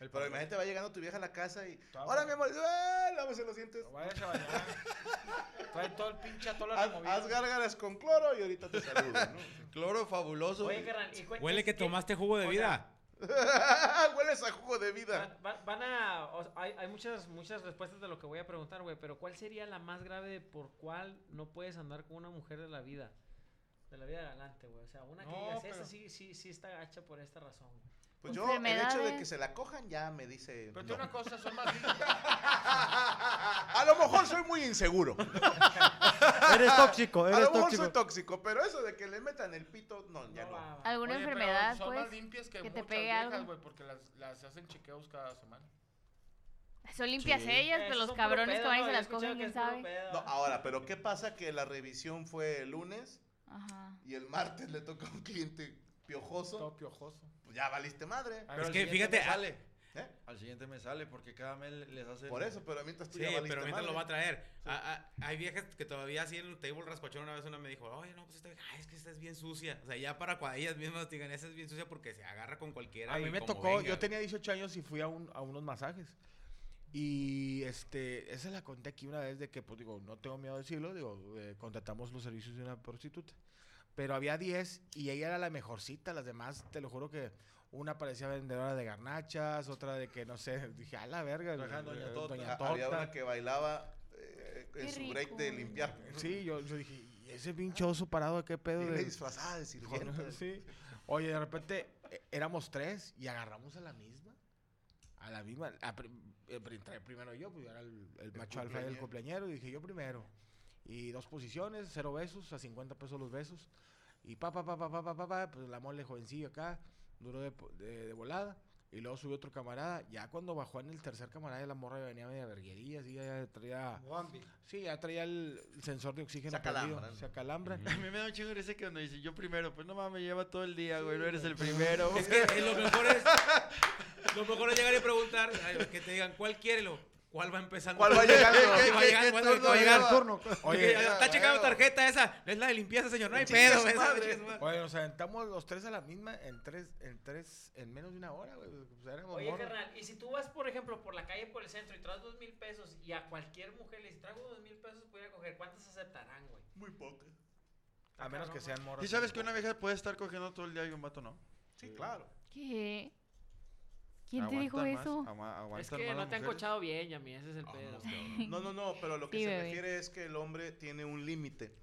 [SPEAKER 5] El
[SPEAKER 1] Pero
[SPEAKER 5] problema es-
[SPEAKER 1] imagínate, va llegando tu vieja a la casa y.
[SPEAKER 8] Está
[SPEAKER 1] ¡Hola,
[SPEAKER 8] bueno.
[SPEAKER 1] mi amor!
[SPEAKER 7] Ah,
[SPEAKER 1] ¡Eh! Lávese los dientes.
[SPEAKER 8] No vayas a bañar. Trae todo el pinche atole
[SPEAKER 1] Haz,
[SPEAKER 8] removido.
[SPEAKER 1] haz gárgaras con cloro y ahorita te saludo, ¿no?
[SPEAKER 5] Cloro fabuloso.
[SPEAKER 2] Oye, carnal, ¿y cu-
[SPEAKER 7] Huele que
[SPEAKER 2] qué-
[SPEAKER 7] tomaste jugo de
[SPEAKER 2] o sea,
[SPEAKER 7] vida.
[SPEAKER 1] Hueles a jugo de vida.
[SPEAKER 2] Van, van- van a. o- hay, hay muchas, muchas respuestas de lo que voy a preguntar, güey. Pero ¿cuál sería la más grave por cuál no puedes andar con una mujer de la vida? De la vida galante, güey. O sea, una que
[SPEAKER 8] No,
[SPEAKER 2] digas,
[SPEAKER 8] pero-
[SPEAKER 2] esa sí, sí, sí está gacha por esta razón. güey".
[SPEAKER 1] Pues yo, el hecho de que
[SPEAKER 6] Enfermedades.
[SPEAKER 1] se la cojan ya me dice.
[SPEAKER 8] Pero
[SPEAKER 1] no.
[SPEAKER 8] tiene una cosa, son más lindas.
[SPEAKER 1] A lo mejor soy muy inseguro.
[SPEAKER 4] Eres tóxico,
[SPEAKER 1] A lo
[SPEAKER 4] eres
[SPEAKER 1] mejor
[SPEAKER 4] tóxico.
[SPEAKER 1] soy tóxico, pero eso de que le metan el pito, no, ya
[SPEAKER 2] No
[SPEAKER 1] no.
[SPEAKER 2] va, va.
[SPEAKER 6] ¿Alguna
[SPEAKER 8] Oye, pero
[SPEAKER 6] enfermedad,
[SPEAKER 8] son
[SPEAKER 6] pues?
[SPEAKER 8] más limpias que,
[SPEAKER 6] que te
[SPEAKER 8] muchas
[SPEAKER 6] pegue
[SPEAKER 8] viejas,
[SPEAKER 6] algo.
[SPEAKER 8] güey, porque las, las hacen chequeos cada semana.
[SPEAKER 6] Son limpias ellas,
[SPEAKER 2] Esos
[SPEAKER 6] pero los
[SPEAKER 2] son puro
[SPEAKER 6] cabrones
[SPEAKER 2] pedo,
[SPEAKER 6] que van y
[SPEAKER 2] ¿no?
[SPEAKER 6] se
[SPEAKER 2] Yo he
[SPEAKER 6] las
[SPEAKER 2] escuchado
[SPEAKER 6] cogen,
[SPEAKER 2] que
[SPEAKER 6] quién
[SPEAKER 2] es puro
[SPEAKER 6] sabe.
[SPEAKER 2] pedo.
[SPEAKER 1] No, ahora, pero ¿qué pasa que la revisión fue el lunes
[SPEAKER 6] Ajá.
[SPEAKER 1] y el martes le toca a un cliente piojoso?
[SPEAKER 8] Todo piojoso.
[SPEAKER 1] Pues ya valiste madre.
[SPEAKER 8] Ah,
[SPEAKER 7] Pero es
[SPEAKER 8] al
[SPEAKER 7] que
[SPEAKER 8] siguiente
[SPEAKER 7] fíjate.
[SPEAKER 8] mes
[SPEAKER 7] ah,
[SPEAKER 8] sale.
[SPEAKER 1] ¿eh?
[SPEAKER 5] Al siguiente me sale porque cada mes les hacen.
[SPEAKER 1] Por eso, pero mientras tú
[SPEAKER 7] Sí,
[SPEAKER 1] ya valiste
[SPEAKER 7] pero ahorita
[SPEAKER 1] madre.
[SPEAKER 7] lo va a traer. Ah, ah, hay viejas que todavía así en el table rascuachón una vez una me dijo, oye, no, pues esta vieja, ay, es que esta es bien sucia. O sea, ya para cuando ellas mismas digan, esa es bien sucia porque se agarra con cualquiera.
[SPEAKER 8] A mí
[SPEAKER 7] y
[SPEAKER 8] me
[SPEAKER 7] como
[SPEAKER 8] tocó,
[SPEAKER 7] venga".
[SPEAKER 8] yo tenía 18 años y fui a, un- a unos masajes. Y este, esa la conté aquí una vez de que, pues digo, no tengo miedo de decirlo, digo, eh, contratamos los servicios de una prostituta. Pero había 10 y ella era la mejorcita, las demás, te lo juro que una parecía vendedora de garnachas, otra de que no sé, dije, a la verga,
[SPEAKER 5] Ajá, Doña
[SPEAKER 8] eh,
[SPEAKER 5] Tota.
[SPEAKER 8] Doña
[SPEAKER 1] Ah, Había
[SPEAKER 8] Tota.
[SPEAKER 1] una que bailaba eh, en
[SPEAKER 6] Qué
[SPEAKER 1] su break de
[SPEAKER 6] rico.
[SPEAKER 1] limpiar.
[SPEAKER 8] Sí, yo, yo dije, "¿Y ese pinche oso parado, ¿a qué pedo?
[SPEAKER 1] Viene
[SPEAKER 8] de-
[SPEAKER 1] disfrazada de
[SPEAKER 8] Con-
[SPEAKER 1] sirvienta.
[SPEAKER 8] sí.
[SPEAKER 3] Oye, de repente
[SPEAKER 8] e,
[SPEAKER 3] eh, éramos tres y agarramos a la misma. A la misma. a pri- eh, pri- entré primero yo, pues yo era el, el macho alfa del
[SPEAKER 8] cumpleañero.
[SPEAKER 3] cumpleañero y dije yo primero. Y dos posiciones, cero besos, a 50 pesos los besos. Y pa, pa, pa, pa, pa, pa, pa, pa, pues la mole jovencillo acá, duró de, po- de- de volada. Y luego subió otro camarada. Ya cuando bajó en el tercer camarada, la morra venía media verguería, así ya- ya traía. Sí, ya traía el sensor de oxígeno.
[SPEAKER 5] Se acalambran.
[SPEAKER 3] perdido, Se acalambran.
[SPEAKER 5] A mí me da un chingo de risa que cuando dice yo primero, pues no mames, lleva todo el día, güey, no eres el primero.
[SPEAKER 7] Es que eh, lo mejor es. Lo mejor es llegar y preguntar. ay, Que te digan, ¿cuál quiere? Lo, ¿Cuál va empezando?
[SPEAKER 5] ¿Cuál va llegando?
[SPEAKER 7] ¿Cuál va
[SPEAKER 5] ¿Qué-
[SPEAKER 7] llegando?
[SPEAKER 5] qué-
[SPEAKER 7] ¿Cuál
[SPEAKER 5] qué
[SPEAKER 7] va-
[SPEAKER 5] turno
[SPEAKER 7] cuál va llegando?
[SPEAKER 5] lleva?
[SPEAKER 3] Oye, eh,
[SPEAKER 7] Oye, está checando tarjeta esa. Es la de limpieza, señor. No hay pedo, güey, esa chinga su madre.
[SPEAKER 3] Oye, nos aventamos los tres a la misma en tres, en tres, en menos de una hora, güey. Pues éramos
[SPEAKER 2] Oye,
[SPEAKER 3] morros.
[SPEAKER 2] carnal, y si tú vas, por ejemplo, por la calle, por el centro y traes dos mil pesos y a cualquier mujer le dices, traigo dos mil pesos, pudiera coger, ¿cuántas aceptarán, güey?
[SPEAKER 1] Muy pocas.
[SPEAKER 3] A menos que sean morros.
[SPEAKER 5] ¿Y sabes que una vieja puede estar cogiendo todo el día y un vato no?
[SPEAKER 1] Sí, claro.
[SPEAKER 6] ¿Qué? ¿Quién te dijo
[SPEAKER 5] Aguantan más,
[SPEAKER 6] eso?
[SPEAKER 5] ama- aguantan
[SPEAKER 2] Es que
[SPEAKER 5] más
[SPEAKER 2] no
[SPEAKER 5] las
[SPEAKER 2] te han
[SPEAKER 5] mujeres.
[SPEAKER 2] cochado bien, Yami, ese es el pedo.
[SPEAKER 1] Ah, No, no, no, pero lo que
[SPEAKER 2] Sí,
[SPEAKER 1] se
[SPEAKER 2] bebé.
[SPEAKER 1] refiere es que el hombre tiene un límite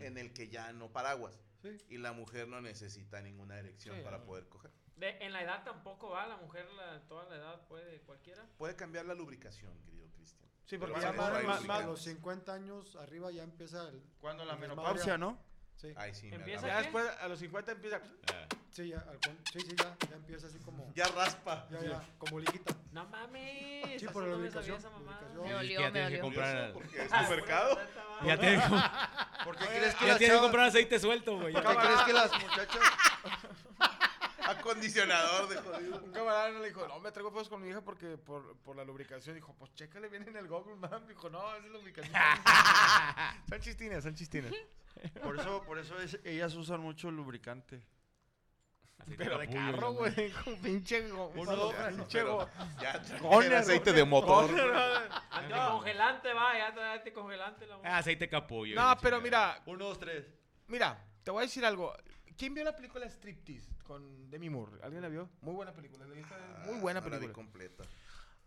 [SPEAKER 1] en el que ya no paraguas. Y la mujer no necesita ninguna erección
[SPEAKER 2] Sí.
[SPEAKER 1] para poder coger.
[SPEAKER 2] De- en la edad tampoco va, la mujer, la- toda la edad puede, cualquiera.
[SPEAKER 1] Puede cambiar la lubricación, querido Cristian.
[SPEAKER 3] Sí,
[SPEAKER 1] Pero
[SPEAKER 4] porque
[SPEAKER 1] vas
[SPEAKER 4] ya
[SPEAKER 1] a comprar
[SPEAKER 4] más, más-
[SPEAKER 1] lubricante.
[SPEAKER 4] los 50 años arriba ya empieza el.
[SPEAKER 5] Cuando
[SPEAKER 3] la
[SPEAKER 5] menopausia, ¿no?
[SPEAKER 4] Sí.
[SPEAKER 1] Ay, sí, me
[SPEAKER 3] Empieza
[SPEAKER 1] la-
[SPEAKER 3] ya después, a los 50 empieza.
[SPEAKER 4] Sí, ya, al con- sí, sí, ya, ya empieza así como.
[SPEAKER 1] Ya raspa.
[SPEAKER 4] Ya, ya, como liquita.
[SPEAKER 2] No mames.
[SPEAKER 4] Sí,
[SPEAKER 2] eso
[SPEAKER 4] por la
[SPEAKER 2] no me sabía
[SPEAKER 4] ubicación.
[SPEAKER 2] esa mamá.
[SPEAKER 7] Me olió, Ya me tienes que olió. comprar-
[SPEAKER 1] Porque es tu mercado.
[SPEAKER 7] Ya tiene que,
[SPEAKER 5] ¿Por qué crees que
[SPEAKER 7] ya
[SPEAKER 5] las
[SPEAKER 7] tiene que
[SPEAKER 5] chavas-
[SPEAKER 7] comprar aceite suelto, güey.
[SPEAKER 5] ¿Por qué crees que las muchachas
[SPEAKER 1] Acondicionador de jodido.
[SPEAKER 3] Un camarada no le dijo, no, me traigo pedos con mi hija porque por, por la lubricación. Dijo, pues chécale bien en el Google Maps. Dijo, no, esa es la lubricación. son chistines, son chistines.
[SPEAKER 5] Por eso, por eso es- ellas usan mucho lubricante.
[SPEAKER 3] Pero de carro, güey. Con pinche go-
[SPEAKER 5] Uno,
[SPEAKER 3] pinche
[SPEAKER 5] pero
[SPEAKER 3] go-
[SPEAKER 1] Ya,
[SPEAKER 3] goner,
[SPEAKER 1] era aceite de
[SPEAKER 3] goner,
[SPEAKER 1] motor.
[SPEAKER 3] goner, goner.
[SPEAKER 2] Anticongelante va, ya trae anticongelante la mujer.
[SPEAKER 7] Ah, Aceite capullo. y
[SPEAKER 3] No,
[SPEAKER 7] la
[SPEAKER 3] pero mira.
[SPEAKER 5] Uno, dos, tres.
[SPEAKER 3] Mira, te voy a decir algo. ¿Quién vio la película Striptease con Demi Moore? ¿Alguien la vio? Muy buena película. ¿la viste? Muy buena
[SPEAKER 1] No la vi
[SPEAKER 3] película.
[SPEAKER 1] completa.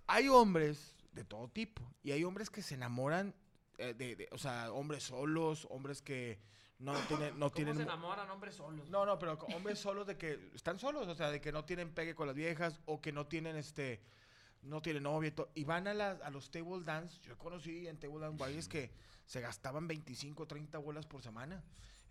[SPEAKER 3] Hay hombres de todo tipo. Y hay hombres que se enamoran eh, de, de- o sea, hombres solos, hombres que no tienen, no
[SPEAKER 2] ¿Cómo
[SPEAKER 3] tienen
[SPEAKER 2] se
[SPEAKER 3] mu-
[SPEAKER 2] enamoran hombres solos?
[SPEAKER 3] No, no, pero co- hombres solos de que están solos, o sea, de que no tienen pegue con las viejas o que no tienen este no tienen novia y to- y van a las a los table dance. Yo conocí en table dance güeyes que se gastaban 25, 30 bolas por semana.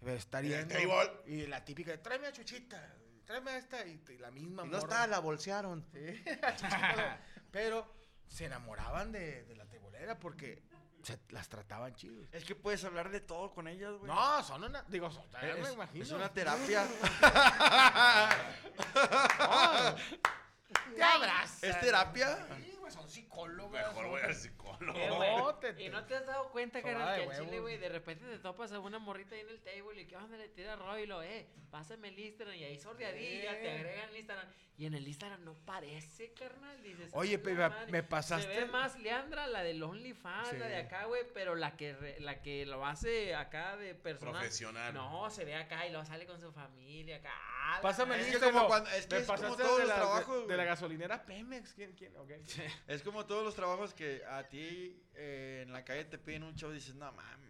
[SPEAKER 3] Estar
[SPEAKER 1] En el
[SPEAKER 3] yendo
[SPEAKER 1] table.
[SPEAKER 3] y la típica de tráeme a Chuchita, tráeme a esta y, y la misma
[SPEAKER 1] Y no
[SPEAKER 3] morra.
[SPEAKER 1] estaba, la bolsearon.
[SPEAKER 3] Sí, a Chuchita, pero se enamoraban de, de la tebolera porque se las trataban chidos.
[SPEAKER 5] Es que puedes hablar de todo con ellas, güey.
[SPEAKER 3] No, son una. Digo, son, ya me
[SPEAKER 5] Es-
[SPEAKER 3] imagino.
[SPEAKER 5] es una terapia.
[SPEAKER 3] Te abrazas.
[SPEAKER 5] ¿Es terapia?
[SPEAKER 3] Sí, güey, son psicólogos.
[SPEAKER 1] Mejor voy al
[SPEAKER 2] Eh,
[SPEAKER 1] psicólogo.
[SPEAKER 2] güey,
[SPEAKER 3] Gótete.
[SPEAKER 2] y no te has dado cuenta,
[SPEAKER 3] Sobada
[SPEAKER 2] carnal,
[SPEAKER 3] de
[SPEAKER 2] que al chile,
[SPEAKER 3] huevos.
[SPEAKER 2] güey, de repente te topas a una morrita ahí en el table y que, onda, le tira rollo y lo, eh, pásame el Instagram y ahí sordeadilla,
[SPEAKER 3] Eh.
[SPEAKER 2] te agregan el Instagram. Y en el Instagram no parece, carnal, dices.
[SPEAKER 3] Oye,
[SPEAKER 2] "Ah, la
[SPEAKER 3] pero
[SPEAKER 2] madre".
[SPEAKER 3] me pasaste-
[SPEAKER 2] Se ve más Leandra, la del OnlyFans, la
[SPEAKER 3] Sí.
[SPEAKER 2] de acá, güey, pero la que, re- la que lo hace acá de personal.
[SPEAKER 1] Profesional.
[SPEAKER 2] No, se ve acá y lo sale con su familia acá. "Ah, la
[SPEAKER 3] Pásame el
[SPEAKER 2] madre".
[SPEAKER 5] Es
[SPEAKER 3] Instagram.
[SPEAKER 5] que como cuando- es que
[SPEAKER 3] me
[SPEAKER 5] es como
[SPEAKER 3] pasaste
[SPEAKER 5] todos
[SPEAKER 3] de
[SPEAKER 5] los
[SPEAKER 3] la, de-
[SPEAKER 5] trabajos,
[SPEAKER 3] De, la
[SPEAKER 5] güey.
[SPEAKER 3] gasolinera Pemex. ¿Quién? ¿Quién? Ok.
[SPEAKER 5] Es como todos los trabajos que a ti eh, en la calle te piden un show y dices, no mames.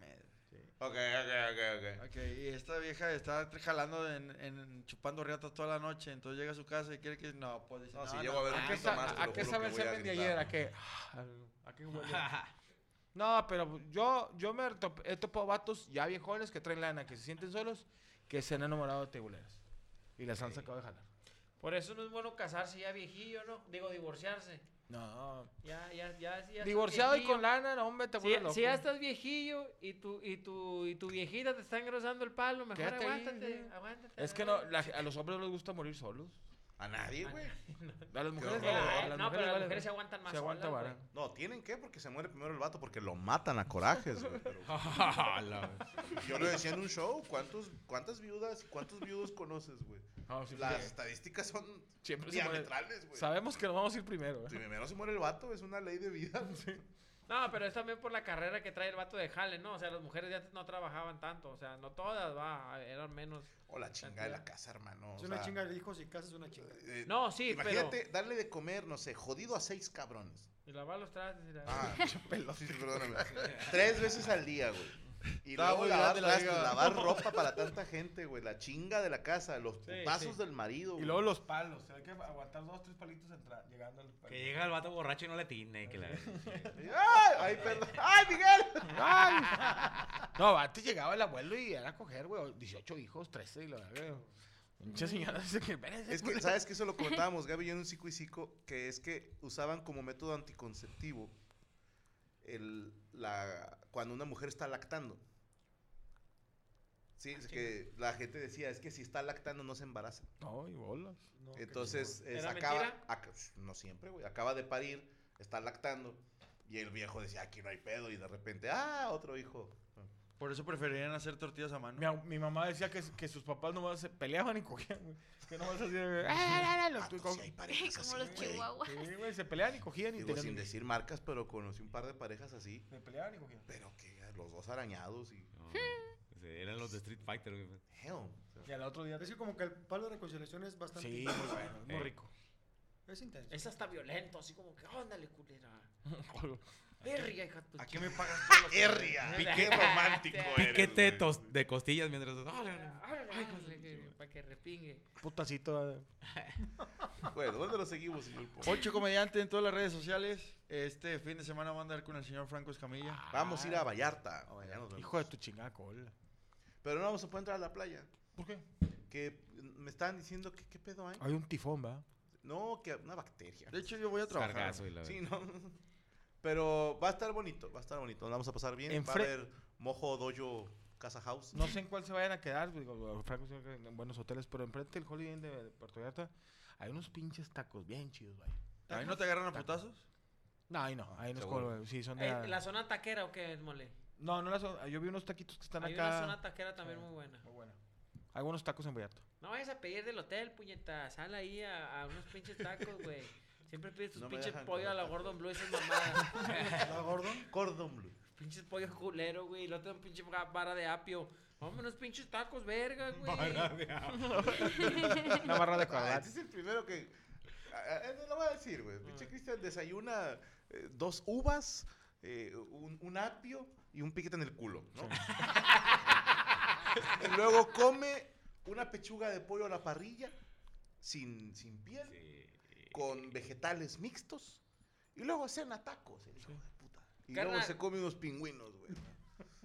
[SPEAKER 1] Ok, ok, ok, ok.
[SPEAKER 5] Ok, y esta vieja está jalando en, en- chupando riatas toda la noche, entonces llega a su casa y quiere que no, pues dice,
[SPEAKER 1] No, si llego a ver un
[SPEAKER 3] ¿A qué,
[SPEAKER 1] punto
[SPEAKER 3] sa-
[SPEAKER 1] más, te
[SPEAKER 3] a
[SPEAKER 1] lo
[SPEAKER 3] qué
[SPEAKER 1] juro que
[SPEAKER 3] sabe el
[SPEAKER 1] voy a
[SPEAKER 3] semen de
[SPEAKER 1] gritar.
[SPEAKER 3] ayer? ¿A qué? Ah, al- ¿A qué huele? No, pero yo, yo me top- he topado vatos ya viejones que traen lana, que se sienten solos, que se han enamorado de tebuleras. Y las han sacado de jalar.
[SPEAKER 2] Por eso no es bueno casarse ya viejillo, ¿no? Digo, divorciarse.
[SPEAKER 3] No.
[SPEAKER 2] Ya, ya, ya. ya estás
[SPEAKER 3] Divorciado y
[SPEAKER 2] viejillo.
[SPEAKER 3] con lana, no, hombre, te
[SPEAKER 2] Si,
[SPEAKER 3] vuelves loco.
[SPEAKER 2] si ya estás viejillo y tu, y tu, y tu viejita te está engrosando el palo, mejor
[SPEAKER 3] Quédate ahí,
[SPEAKER 2] aguántate,
[SPEAKER 3] güey.
[SPEAKER 2] aguántate.
[SPEAKER 3] Es que no, la- a los hombres no les gusta morir solos.
[SPEAKER 1] A nadie, güey.
[SPEAKER 3] A las mujeres vale, a las
[SPEAKER 2] No,
[SPEAKER 1] horror.
[SPEAKER 2] pero
[SPEAKER 3] mujeres
[SPEAKER 2] las
[SPEAKER 3] vale,
[SPEAKER 2] mujeres se aguantan más
[SPEAKER 3] Se aguanta
[SPEAKER 2] solas,
[SPEAKER 3] vara.
[SPEAKER 1] No, tienen que porque se muere primero el vato porque lo matan a corajes, güey. pero- Yo lo decía en un show, ¿cuántos, ¿cuántas viudas, cuántos viudos conoces, güey?
[SPEAKER 3] No, sí,
[SPEAKER 1] Las
[SPEAKER 3] sí.
[SPEAKER 1] estadísticas son
[SPEAKER 3] Siempre se muere.
[SPEAKER 1] diametrales, güey.
[SPEAKER 3] Sabemos que nos vamos a ir primero. ¿eh?
[SPEAKER 1] Si primero se muere el vato, es una ley de vida.
[SPEAKER 2] No, pero es también por la carrera que trae el vato de Jale, ¿no? O sea, las mujeres de antes no trabajaban tanto. O sea, no todas, va, eran menos.
[SPEAKER 1] O la chinga de la casa, hermano.
[SPEAKER 4] Es
[SPEAKER 1] o
[SPEAKER 4] una
[SPEAKER 1] sea,
[SPEAKER 4] chinga de hijos y casas es una chinga.
[SPEAKER 1] eh,
[SPEAKER 2] No, sí, pero-
[SPEAKER 1] Imagínate darle de comer, no sé, jodido a seis cabrones.
[SPEAKER 2] Y lavar los trastes y la...
[SPEAKER 1] Ah, sí, sí, perdóname. Tres veces al día, güey. Y
[SPEAKER 5] Estaba
[SPEAKER 1] luego
[SPEAKER 5] muy
[SPEAKER 1] lavar,
[SPEAKER 5] grande la
[SPEAKER 1] trastes,
[SPEAKER 5] liga.
[SPEAKER 1] lavar ropa para tanta gente, güey. La chinga de la casa, los putazos
[SPEAKER 7] sí.
[SPEAKER 1] del marido,
[SPEAKER 3] Y
[SPEAKER 1] güey.
[SPEAKER 3] luego los palos. Hay que aguantar dos, tres palitos entra- llegando al palo.
[SPEAKER 7] Que llega el vato borracho y no le tiene. Que la...
[SPEAKER 1] ¡Ay, ay, perdón! ¡Ay, Miguel!
[SPEAKER 3] ¡Ay! No, antes llegaba el abuelo y era a coger, güey. 18 hijos, 13 y la verga. Muchas señoras dicen que "Espérense,
[SPEAKER 1] Es que,
[SPEAKER 3] culero".
[SPEAKER 1] ¿sabes que Eso lo comentábamos, Gaby, y yo en un psico y psico, que es que usaban como método anticonceptivo el, la, cuando una mujer está lactando. Sí, es
[SPEAKER 3] Ah,
[SPEAKER 1] que la gente decía, es que si está lactando no se embaraza.
[SPEAKER 3] No, y bolas.
[SPEAKER 1] Entonces,
[SPEAKER 3] chingón.
[SPEAKER 1] es,
[SPEAKER 3] ¿Era
[SPEAKER 1] acaba,
[SPEAKER 3] mentira?
[SPEAKER 1] ac- no siempre, güey, acaba de parir, está lactando, y el viejo decía, aquí no hay pedo, y de repente, ah, otro hijo.
[SPEAKER 5] Por eso preferirían hacer tortillas a mano.
[SPEAKER 3] Mi, au- mi mamá decía que, que sus papás nomás se peleaban y cogían, güey. Que nomás así de...
[SPEAKER 1] Ah, pues sí hay parejas así,
[SPEAKER 6] Como los
[SPEAKER 1] güey.
[SPEAKER 6] chihuahuas.
[SPEAKER 3] Sí, güey, se peleaban y cogían y
[SPEAKER 1] Digo,
[SPEAKER 3] tenían...
[SPEAKER 1] sin decir marcas, pero conocí un par de parejas así.
[SPEAKER 3] Se peleaban y cogían.
[SPEAKER 1] Pero que los dos arañados y...
[SPEAKER 7] Sí, Eran los de Street Fighter, güey.
[SPEAKER 1] Hell. o sea,
[SPEAKER 3] Y al otro día...
[SPEAKER 4] Es que como que el palo de reconciliación es bastante...
[SPEAKER 3] Sí,
[SPEAKER 4] intenso.
[SPEAKER 3] muy bueno, es muy
[SPEAKER 7] Eh.
[SPEAKER 3] rico.
[SPEAKER 4] Es intenso.
[SPEAKER 2] Es hasta violento, así como que, ándale, culera. Erria, hija de tu
[SPEAKER 5] ¿A qué me
[SPEAKER 2] chingada.
[SPEAKER 5] pagas todos los
[SPEAKER 1] Erria.
[SPEAKER 7] Pique-
[SPEAKER 1] Qué romántico eres,
[SPEAKER 7] Piquete de
[SPEAKER 1] güey.
[SPEAKER 7] tos- de costillas mientras.
[SPEAKER 2] Ábrele, ábrele, que- Para que repingue.
[SPEAKER 3] Putacito. eh.
[SPEAKER 1] Bueno, ¿dónde lo seguimos, señor Poli?
[SPEAKER 5] Ocho comediante en todas las redes sociales. Este fin de semana va a andar con el señor Franco Escamilla.
[SPEAKER 1] Vamos a ir a Vallarta. Ya nos vemos.
[SPEAKER 3] Ah. Hijo de tu chingada cola.
[SPEAKER 1] Pero no vamos a poder entrar a la playa.
[SPEAKER 3] ¿Por qué? Ah.
[SPEAKER 1] Que me estaban diciendo que qué pedo hay.
[SPEAKER 3] Hay un tifón, ¿va?
[SPEAKER 1] No, que una bacteria.
[SPEAKER 5] De hecho, yo voy a trabajar.
[SPEAKER 7] Sargazo y la
[SPEAKER 1] Sí, no. Pero va a estar bonito, va a estar bonito. Nos vamos a pasar bien.
[SPEAKER 3] En
[SPEAKER 1] va a
[SPEAKER 3] fre-
[SPEAKER 1] haber Mojo Dojo Casa House.
[SPEAKER 3] No sé en cuál se vayan a quedar, digo, Franco dice que en buenos hoteles, pero enfrente del Holiday Inn de, de Puerto Vallarta hay unos pinches tacos bien chidos, güey.
[SPEAKER 5] ¿Ahí no te agarran a putazos?
[SPEAKER 3] No, ahí no, ahí no es
[SPEAKER 5] Seguro.
[SPEAKER 3] como- sí, son de...
[SPEAKER 2] Eh, ¿La zona taquera o qué, mole?
[SPEAKER 3] No, no las yo vi unos taquitos que están
[SPEAKER 2] Hay
[SPEAKER 3] acá.
[SPEAKER 2] una zona taquera también
[SPEAKER 3] Sí.
[SPEAKER 2] muy buena.
[SPEAKER 3] Muy buena. Algunos tacos en Vallarta.
[SPEAKER 2] No vayas a pedir del hotel, puñeta. Sal ahí a, a unos pinches tacos, güey. Siempre pides tus
[SPEAKER 1] No me
[SPEAKER 2] pinches
[SPEAKER 1] dejan
[SPEAKER 2] pollo a la
[SPEAKER 1] comer
[SPEAKER 2] Gordon Blue, esas mamadas.
[SPEAKER 4] ¿La Gordon?
[SPEAKER 1] Cordon Blue.
[SPEAKER 2] pinches pollo culero, güey. Y luego te dan pinche ga- vara de apio. Vamos, unos pinches tacos, verga, güey.
[SPEAKER 3] Una barra de
[SPEAKER 1] Ah,
[SPEAKER 3] corbata.
[SPEAKER 1] este es el primero que. ah, ah, eh, lo voy a decir, güey. Pinche Cristian desayuna eh, dos uvas, eh, un, un apio y un piquete en el culo, ¿no? y luego come una pechuga de pollo a la parrilla, sin, sin piel, con vegetales mixtos. Y luego cena tacos, el hijo de puta. Y luego
[SPEAKER 2] Carnal.
[SPEAKER 1] se come unos pingüinos, güey.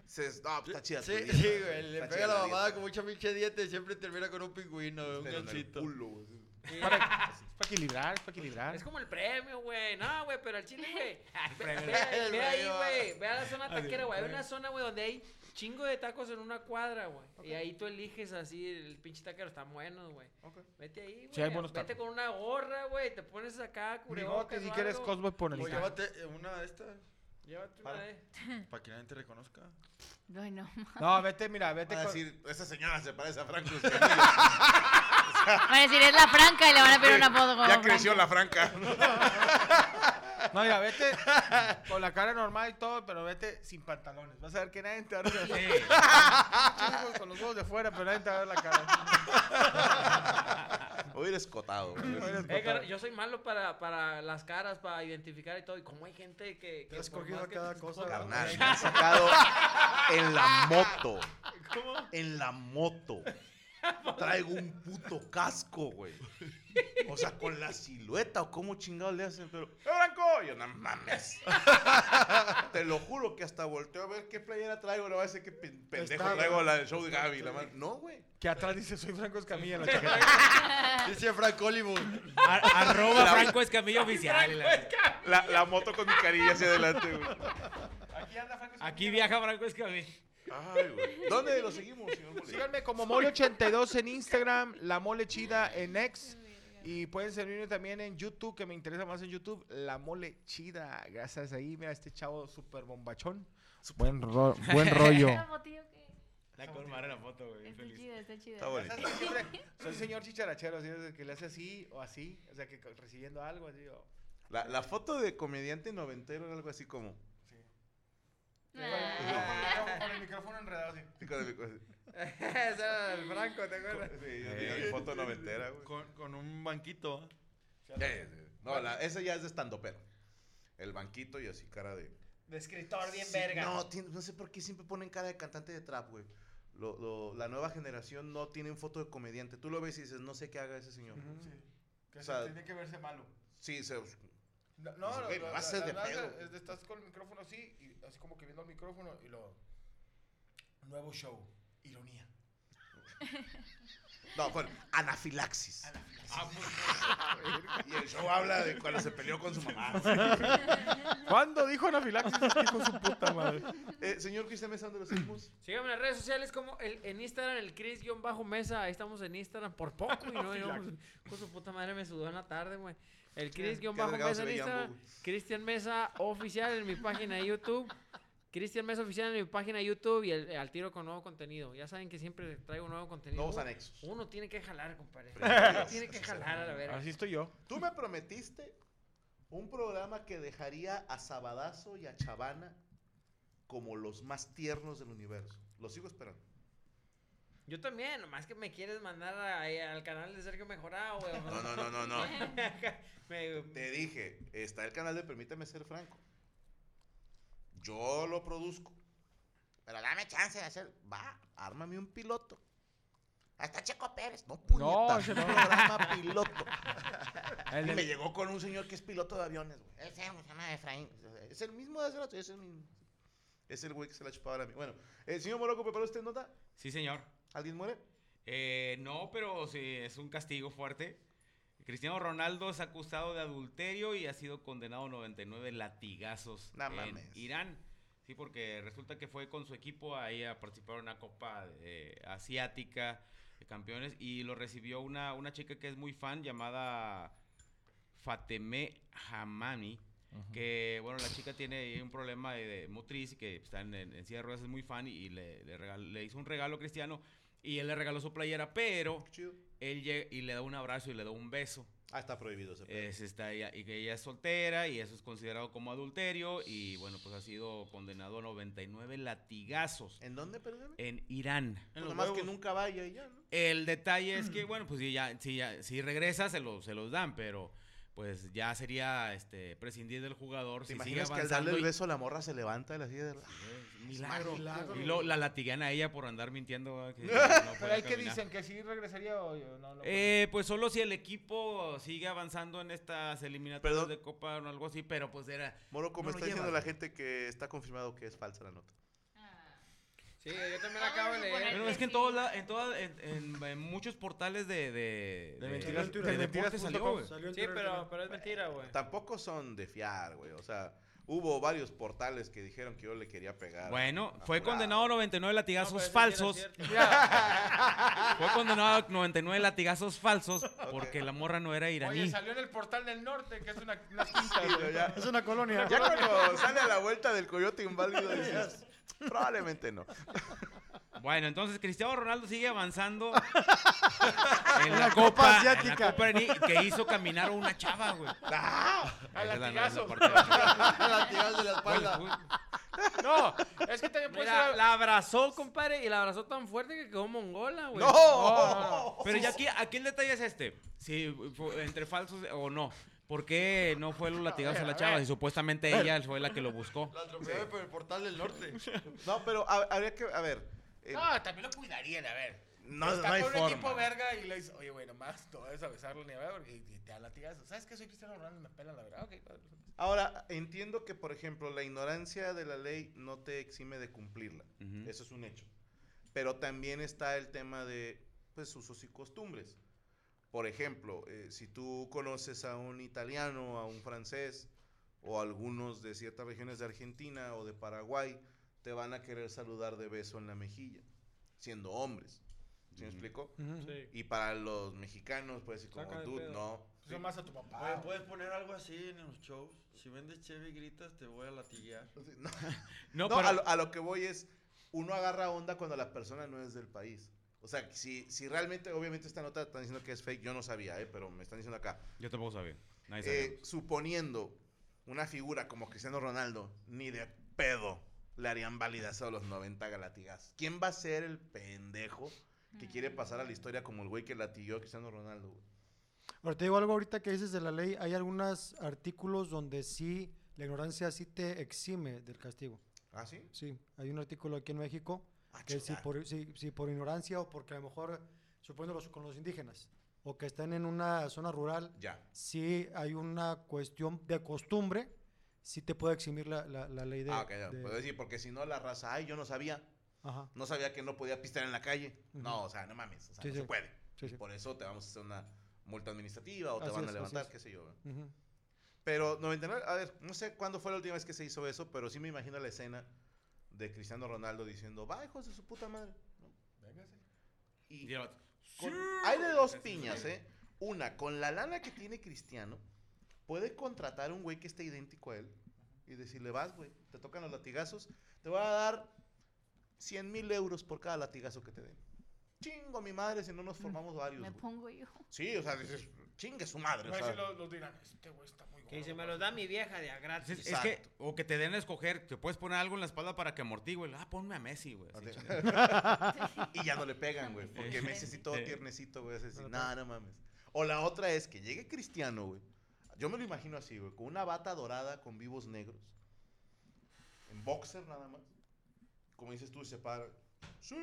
[SPEAKER 1] Se, no, pues está chida. tu
[SPEAKER 5] Ah, Sí,
[SPEAKER 1] dieta,
[SPEAKER 5] sí, güey. Le
[SPEAKER 1] Está
[SPEAKER 5] pega
[SPEAKER 1] chida
[SPEAKER 5] la
[SPEAKER 1] dieta.
[SPEAKER 5] mamada con mucha pinche dieta y siempre termina con un pingüino, un
[SPEAKER 1] Pero en Este el
[SPEAKER 5] gancito.
[SPEAKER 1] culo, güey.
[SPEAKER 2] Sí.
[SPEAKER 3] Para equilibrar, para equilibrar.
[SPEAKER 2] Es como el premio, güey. No, güey, pero el chile, güey. Ve,
[SPEAKER 5] premio.
[SPEAKER 2] ve-
[SPEAKER 5] El
[SPEAKER 2] ve ahí,
[SPEAKER 5] premio.
[SPEAKER 2] güey. Ve a la zona
[SPEAKER 5] Así,
[SPEAKER 2] taquera, güey. Hay
[SPEAKER 5] premio.
[SPEAKER 2] una zona, güey, donde hay chingo de tacos en una cuadra, güey. Y ahí tú eliges así, el pinche taquero está bueno, güey. Vete ahí, güey.
[SPEAKER 3] Sí, hay buenos
[SPEAKER 2] Vete
[SPEAKER 3] tacos.
[SPEAKER 2] con una gorra, güey. Te pones acá,
[SPEAKER 3] Bigote,
[SPEAKER 2] cubrebocas
[SPEAKER 3] si
[SPEAKER 2] o
[SPEAKER 3] quieres
[SPEAKER 2] algo.
[SPEAKER 3] cosplay, pon
[SPEAKER 5] O
[SPEAKER 3] el taco.
[SPEAKER 5] llévate eh, una de estas
[SPEAKER 2] Llévate una
[SPEAKER 5] Para.
[SPEAKER 2] de...
[SPEAKER 5] para que nadie te reconozca.
[SPEAKER 6] Ay, no.
[SPEAKER 3] No, vete, mira, vete
[SPEAKER 1] Van a
[SPEAKER 3] con...
[SPEAKER 1] decir, esa señora se parece a Franco Escamilla".
[SPEAKER 6] Van a decir, es la franca y le van a pedir una foto como
[SPEAKER 1] ya creció
[SPEAKER 6] Franca.
[SPEAKER 1] la franca.
[SPEAKER 3] No, mira, vete con la cara normal y todo, pero vete sin pantalones. Vas a ver que nadie te va a reconocer. Chingos con los ojos de fuera, pero nadie te va a ver la cara.
[SPEAKER 1] ah, Hoy eres cotado. güey.
[SPEAKER 2] Eh, gar- yo soy malo para, para las caras, para identificar y todo. Y como hay gente que. que
[SPEAKER 4] Te has
[SPEAKER 2] por
[SPEAKER 4] cogido
[SPEAKER 2] más que
[SPEAKER 4] cada
[SPEAKER 2] te-
[SPEAKER 4] cosa.
[SPEAKER 1] Carnal, me han sacado en la moto. En la moto. Traigo un puto casco, güey. O sea, con la silueta o cómo chingados le hacen, pero. ¡Eh, Franco! Yo no mames. Te lo juro que hasta volteo a ver qué playera traigo. No va a decir que pen- pendejo
[SPEAKER 4] Está-
[SPEAKER 1] traigo la del show de Gaby. La madre. no, güey.
[SPEAKER 3] Que atrás dice, soy Franco Escamilla en la chaqueta.
[SPEAKER 5] Dice Frank Hollywood.
[SPEAKER 7] A- Arroba Franco Escamilla Oficial. y la-
[SPEAKER 1] La, la moto con mi carilla hacia adelante, güey.
[SPEAKER 3] Aquí anda Franco
[SPEAKER 7] Aquí viaja Franco Escamilla.
[SPEAKER 1] Ay, güey. ¿Dónde lo seguimos, señor Molina?
[SPEAKER 3] Síganme como Mole82 en Instagram, La Mole Chida en X. Y pueden servirme también en YouTube, que me interesa más en YouTube, La Mole Chida. Gracias ahí, mira, este chavo súper bombachón. Buen, ro- buen rollo.
[SPEAKER 6] Esta fotillo que-
[SPEAKER 7] La colmar en la foto, güey.
[SPEAKER 6] Está
[SPEAKER 7] feliz.
[SPEAKER 6] chida, está chida.
[SPEAKER 1] Está bonito.
[SPEAKER 3] ¿Sabes que siempre Soy señor chicharachero, así, de que le hace así o así, o sea, que co- recibiendo algo, así, o...
[SPEAKER 1] La, la foto de comediante noventero era algo así como.
[SPEAKER 6] Ah.
[SPEAKER 3] Con el micrófono enredado, así.
[SPEAKER 1] Sí, con el- con-
[SPEAKER 2] Ese era el Franco, ¿te acuerdas? Eh,
[SPEAKER 1] sí, yo tenía mi foto noventera, güey.
[SPEAKER 5] Con, con un banquito. ¿eh?
[SPEAKER 1] Sí, sí, sí. No, la- esa ya es de estandopero. El banquito y así cara de.
[SPEAKER 2] De escritor bien
[SPEAKER 1] Sí,
[SPEAKER 2] verga.
[SPEAKER 1] No, tien- no sé por qué siempre ponen cara de cantante de trap, güey. Lo- lo- la nueva generación no tienen foto de comediante. Tú lo ves y dices, no sé qué haga ese señor.
[SPEAKER 8] Que
[SPEAKER 1] O
[SPEAKER 8] se
[SPEAKER 1] sea,
[SPEAKER 8] tiene que verse malo.
[SPEAKER 1] sí, se-
[SPEAKER 8] No,
[SPEAKER 1] Dices,
[SPEAKER 8] no,
[SPEAKER 1] "Güey,
[SPEAKER 8] no,
[SPEAKER 1] me
[SPEAKER 8] no,
[SPEAKER 1] vas a hacer
[SPEAKER 8] la-
[SPEAKER 1] de
[SPEAKER 8] la- la-
[SPEAKER 1] pedo".
[SPEAKER 8] es de- estás con el micrófono así, y así como que viendo el micrófono y lo. Nuevo show, ironía.
[SPEAKER 1] No, bueno, anafilaxis.
[SPEAKER 7] Ah, pues.
[SPEAKER 1] y el show habla de cuando se peleó con su mamá.
[SPEAKER 8] ¿Cuándo dijo anafilaxis? Dijo su puta madre.
[SPEAKER 1] Eh, señor Cristian Mesa, ¿dónde lo seguimos?
[SPEAKER 2] Síganme en las redes sociales como el, en Instagram, el Chris-Mesa. Ahí estamos en Instagram por poco. Y no, y no,
[SPEAKER 1] Filac.
[SPEAKER 2] con su puta madre me sudó en la tarde, güey. El
[SPEAKER 1] Qué delgado
[SPEAKER 2] Chris-Mesa
[SPEAKER 1] se
[SPEAKER 2] en
[SPEAKER 1] ve Jambo,
[SPEAKER 2] Instagram. Cristian Mesa oficial en mi página de YouTube. Cristian Mesa oficial en mi página de YouTube y el- al tiro con nuevo contenido. Ya saben que siempre traigo nuevo contenido.
[SPEAKER 1] Nuevos
[SPEAKER 2] Uno-
[SPEAKER 1] anexos.
[SPEAKER 2] Uno tiene que jalar, compadre. Uno tiene que jalar a la verga.
[SPEAKER 8] Así estoy yo.
[SPEAKER 1] Tú me prometiste un programa que dejaría a Sabadazo y a Chavana como los más tiernos del universo. Lo sigo esperando.
[SPEAKER 2] Yo también, nomás que me quieres mandar a- eh, al canal de Sergio Mejorado, güey.
[SPEAKER 1] No, no, no, no, no. Te dije, está el canal de Permíteme Ser Franco. Yo lo produzco. Pero dame chance de hacer. Va, ármame un piloto. Hasta Checo Pérez. No, puñetas,
[SPEAKER 8] ese
[SPEAKER 1] un
[SPEAKER 8] no.
[SPEAKER 1] programa piloto.
[SPEAKER 8] El
[SPEAKER 1] y
[SPEAKER 8] del-
[SPEAKER 1] me llegó con un señor que es piloto de aviones, güey. Ese se llama Efraín. Es el mismo de hace rato, es el mismo. Es el güey que se la chupaba ahora a mí. Bueno, el señor Moroco, ¿preparó usted nota?
[SPEAKER 7] Sí, señor.
[SPEAKER 1] ¿Alguien muere?
[SPEAKER 7] Eh, no, pero sí, es un castigo fuerte. Cristiano Ronaldo es acusado de adulterio y ha sido condenado a 99 latigazos
[SPEAKER 1] No
[SPEAKER 7] en
[SPEAKER 1] mames.
[SPEAKER 7] Irán. Sí, porque resulta que fue con su equipo ahí a participar en una copa eh, asiática de campeones y lo recibió una, una chica que es muy fan llamada Fateme Hamami. Que bueno, la chica tiene ahí un problema de, de motriz que está en, en- en silla de ruedas, es muy fan y le, le regal- le hizo un regalo a Cristiano y él le regaló su playera, pero él llega y le da un abrazo y le da un beso.
[SPEAKER 1] Ah, está prohibido ese
[SPEAKER 7] Es, está ella, y que ella es soltera y eso es considerado como adulterio y bueno, pues ha sido condenado a 99 latigazos.
[SPEAKER 1] ¿En dónde, perdón?
[SPEAKER 7] En Irán.
[SPEAKER 1] Pues nomás que nunca vaya y ya, ¿no?
[SPEAKER 7] El detalle es que, bueno, pues si, ya, si, ya- si regresa, se, lo- se los dan, pero pues ya sería este, prescindir del jugador.
[SPEAKER 1] ¿Te
[SPEAKER 7] si sigue
[SPEAKER 1] imaginas que al darle
[SPEAKER 7] avanzando
[SPEAKER 1] el
[SPEAKER 7] y-
[SPEAKER 1] beso la morra se levanta de la Ah, silla de la...
[SPEAKER 7] milagro.
[SPEAKER 8] Milagro.
[SPEAKER 7] Y lo, la latigan a ella por andar mintiendo. ¿verdad? Que no podía
[SPEAKER 8] Pero hay que
[SPEAKER 7] caminar.
[SPEAKER 8] dicen que sí regresaría o yo no lo
[SPEAKER 7] Eh, pues solo si el equipo sigue avanzando en estas eliminatorias
[SPEAKER 1] Perdón.
[SPEAKER 7] de Copa o algo así, pero pues era.
[SPEAKER 1] Moroco, me
[SPEAKER 7] no lo
[SPEAKER 1] está diciendo
[SPEAKER 7] llevas.
[SPEAKER 1] la gente que está confirmado que es falsa la nota.
[SPEAKER 2] Sí, yo también la acabo de leer.
[SPEAKER 7] Bueno, es que en, todos la- en, todas- en- en- en muchos portales de. De, Eh, de-
[SPEAKER 1] mentiras.
[SPEAKER 7] de
[SPEAKER 1] De
[SPEAKER 7] deporte
[SPEAKER 1] mentiras punto
[SPEAKER 7] salió,
[SPEAKER 1] com.
[SPEAKER 7] güey.
[SPEAKER 1] Salió en
[SPEAKER 2] Sí,
[SPEAKER 1] Twitter
[SPEAKER 2] pero,
[SPEAKER 1] también.
[SPEAKER 2] pero es mentira, güey.
[SPEAKER 1] Tampoco son de fiar, güey. O sea, hubo varios portales que dijeron que yo le quería pegar.
[SPEAKER 7] Bueno,
[SPEAKER 1] a
[SPEAKER 7] fue
[SPEAKER 1] Jurado.
[SPEAKER 7] condenado a 99 latigazos
[SPEAKER 1] pero ese sí era
[SPEAKER 7] falsos.
[SPEAKER 1] cierto.
[SPEAKER 7] fue condenado a 99 latigazos falsos porque la morra no era iraní.
[SPEAKER 8] Oye, salió en el portal del norte, que es una, unas quintas,
[SPEAKER 1] Sí,
[SPEAKER 8] güey.
[SPEAKER 1] ya-
[SPEAKER 8] Una
[SPEAKER 1] Ya cuando
[SPEAKER 8] colonia.
[SPEAKER 1] sale a la vuelta del coyote inválido dices, probablemente no.
[SPEAKER 7] Bueno, entonces Cristiano Ronaldo sigue avanzando en la,
[SPEAKER 1] la
[SPEAKER 7] copa,
[SPEAKER 1] Copa
[SPEAKER 7] asiática.
[SPEAKER 1] Asiática.
[SPEAKER 7] que hizo caminar a una chava, güey.
[SPEAKER 8] Ah, A
[SPEAKER 7] Esa es la- la
[SPEAKER 8] latigazos.
[SPEAKER 7] parte-
[SPEAKER 8] latigazos de la
[SPEAKER 7] espalda.
[SPEAKER 8] No, es que también puede
[SPEAKER 2] Mira,
[SPEAKER 8] ser-
[SPEAKER 2] la abrazó, compadre, y la abrazó tan fuerte que quedó mongola, güey.
[SPEAKER 7] Pero ya aquí, aquí el detalle es este. Si fue entre falsos o no. ¿Por qué no fue los latigazos a
[SPEAKER 5] ver,
[SPEAKER 7] la
[SPEAKER 5] a
[SPEAKER 7] chava?
[SPEAKER 5] ver.
[SPEAKER 7] Si supuestamente ella fue la que lo buscó.
[SPEAKER 5] La atropellaron por el portal del norte.
[SPEAKER 1] No, pero a- habría que, a ver. eh,
[SPEAKER 8] No, Ah, también lo cuidarían, a ver.
[SPEAKER 1] No,
[SPEAKER 8] Está
[SPEAKER 1] no hay
[SPEAKER 8] con un
[SPEAKER 1] forma.
[SPEAKER 8] equipo verga y le dice, oye, güey, nomás no debes a besarlo ni a ver, y, y te da latigazos. ¿Sabes qué? Soy Cristiano Ronaldo y me pelan la verdad. Ok, va.
[SPEAKER 1] Ahora, entiendo que, por ejemplo, la ignorancia de la ley no te exime de cumplirla. Eso es un hecho. Pero también está el tema de pues, usos y costumbres. Por ejemplo, eh, si tú conoces a un italiano, a un francés o algunos de ciertas regiones de Argentina o de Paraguay, te van a querer saludar de beso en la mejilla, siendo hombres. ¿Sí me explico?
[SPEAKER 4] Ujú.
[SPEAKER 2] Sí.
[SPEAKER 1] Y para los mexicanos, pues, así como
[SPEAKER 8] Sácale
[SPEAKER 1] tú,
[SPEAKER 8] pedo.
[SPEAKER 1] no.
[SPEAKER 8] Eso más a tu papá.
[SPEAKER 5] Oye, puedes poner algo así en los shows. Si vendes cheve y gritas, te voy a latillar.
[SPEAKER 1] No,
[SPEAKER 7] No,
[SPEAKER 1] No,
[SPEAKER 7] pero-
[SPEAKER 1] a, lo, a lo que voy es, uno agarra onda cuando la persona no es del país. O sea, si, si realmente, obviamente esta nota están diciendo que es fake, yo no sabía, eh, pero me están diciendo acá.
[SPEAKER 7] Yo tampoco sabía. Nadie
[SPEAKER 1] Eh,
[SPEAKER 7] sabía.
[SPEAKER 1] suponiendo una figura como Cristiano Ronaldo, ni de pedo le harían válidas a los 90 galatigas. ¿Quién va a ser el pendejo que quiere pasar a la historia como el güey que latilló a Cristiano Ronaldo? güey?
[SPEAKER 4] Ahora te digo algo ahorita que dices de la ley. Hay algunos artículos donde sí La ignorancia sí te exime del castigo.
[SPEAKER 1] ¿Ah, sí? Ah,
[SPEAKER 4] Sí, hay un artículo aquí en México que si por, si, si por ignorancia o porque a lo mejor, suponiendo los- con los indígenas, o que están en una zona rural,
[SPEAKER 1] Ya.
[SPEAKER 4] sí hay una cuestión de costumbre, sí te puede eximir la, la- la ley de...
[SPEAKER 1] ah, ok, ya.
[SPEAKER 4] de-
[SPEAKER 1] Pues sí, porque si no la raza, ay, yo no sabía.
[SPEAKER 4] Ajá.
[SPEAKER 1] No sabía que no podía pistear en la calle.
[SPEAKER 4] Ujú.
[SPEAKER 1] No, o sea, no mames, o sea,
[SPEAKER 4] Sí,
[SPEAKER 1] no
[SPEAKER 4] sí.
[SPEAKER 1] se puede.
[SPEAKER 4] Sí,
[SPEAKER 1] Y
[SPEAKER 4] sí.
[SPEAKER 1] Por eso te vamos a hacer una multa administrativa o te
[SPEAKER 4] Así
[SPEAKER 1] van
[SPEAKER 4] es,
[SPEAKER 1] a
[SPEAKER 4] así
[SPEAKER 1] levantar,
[SPEAKER 4] es.
[SPEAKER 1] qué sé yo. ¿verdad?
[SPEAKER 4] Ujú.
[SPEAKER 1] Pero 99, a ver, no sé cuándo fue la última vez que se hizo eso, pero sí me imagino la escena de Cristiano Ronaldo diciendo, va, hijos de su puta madre. Y con- hay de dos piñas, ¿eh? Una, con la lana que tiene Cristiano, puede contratar un güey que esté idéntico a él y decirle, vas, güey, te tocan los latigazos, te voy a dar 100 mil euros por cada latigazo que te den. Chingo a mi madre si no nos formamos varios.
[SPEAKER 6] Me
[SPEAKER 1] güey".
[SPEAKER 6] pongo yo.
[SPEAKER 1] Sí, o sea, dices, chingue su madre. o
[SPEAKER 3] Va a
[SPEAKER 1] sea.
[SPEAKER 3] decir los, los dirán, este güey está muy
[SPEAKER 2] Que dice, me los da mi vieja de a gratis.
[SPEAKER 7] Es, es que, o que te den a escoger, te puedes poner algo en la espalda para que amortigue. Ah, ponme a Messi, güey. así, Eh, chingada.
[SPEAKER 1] y ya no le pegan, güey. Porque Messi sí todo
[SPEAKER 7] Sí.
[SPEAKER 1] tiernecito, güey. Así, así, nah, Eh, no mames. O la otra es que llegue Cristiano, güey. Yo me lo imagino así, güey. Con una bata dorada con vivos negros. En boxer nada más. Como dices tú, se para. Sí.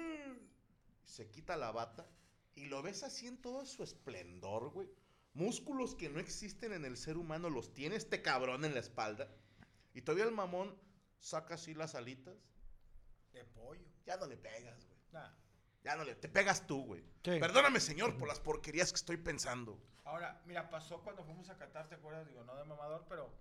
[SPEAKER 1] Se quita la bata. Y lo ves así en todo su esplendor, güey. Músculos que no existen en el ser humano los tiene este cabrón en la espalda. Y todavía el mamón saca así las alitas.
[SPEAKER 3] De pollo.
[SPEAKER 1] Ya no le pegas, güey. Ya no le. Te pegas tú, güey.
[SPEAKER 4] Sí.
[SPEAKER 1] Perdóname, señor, por las porquerías que estoy pensando.
[SPEAKER 3] Ahora, mira, pasó cuando fuimos a Qatar, ¿te acuerdas? Digo, no de mamador, pero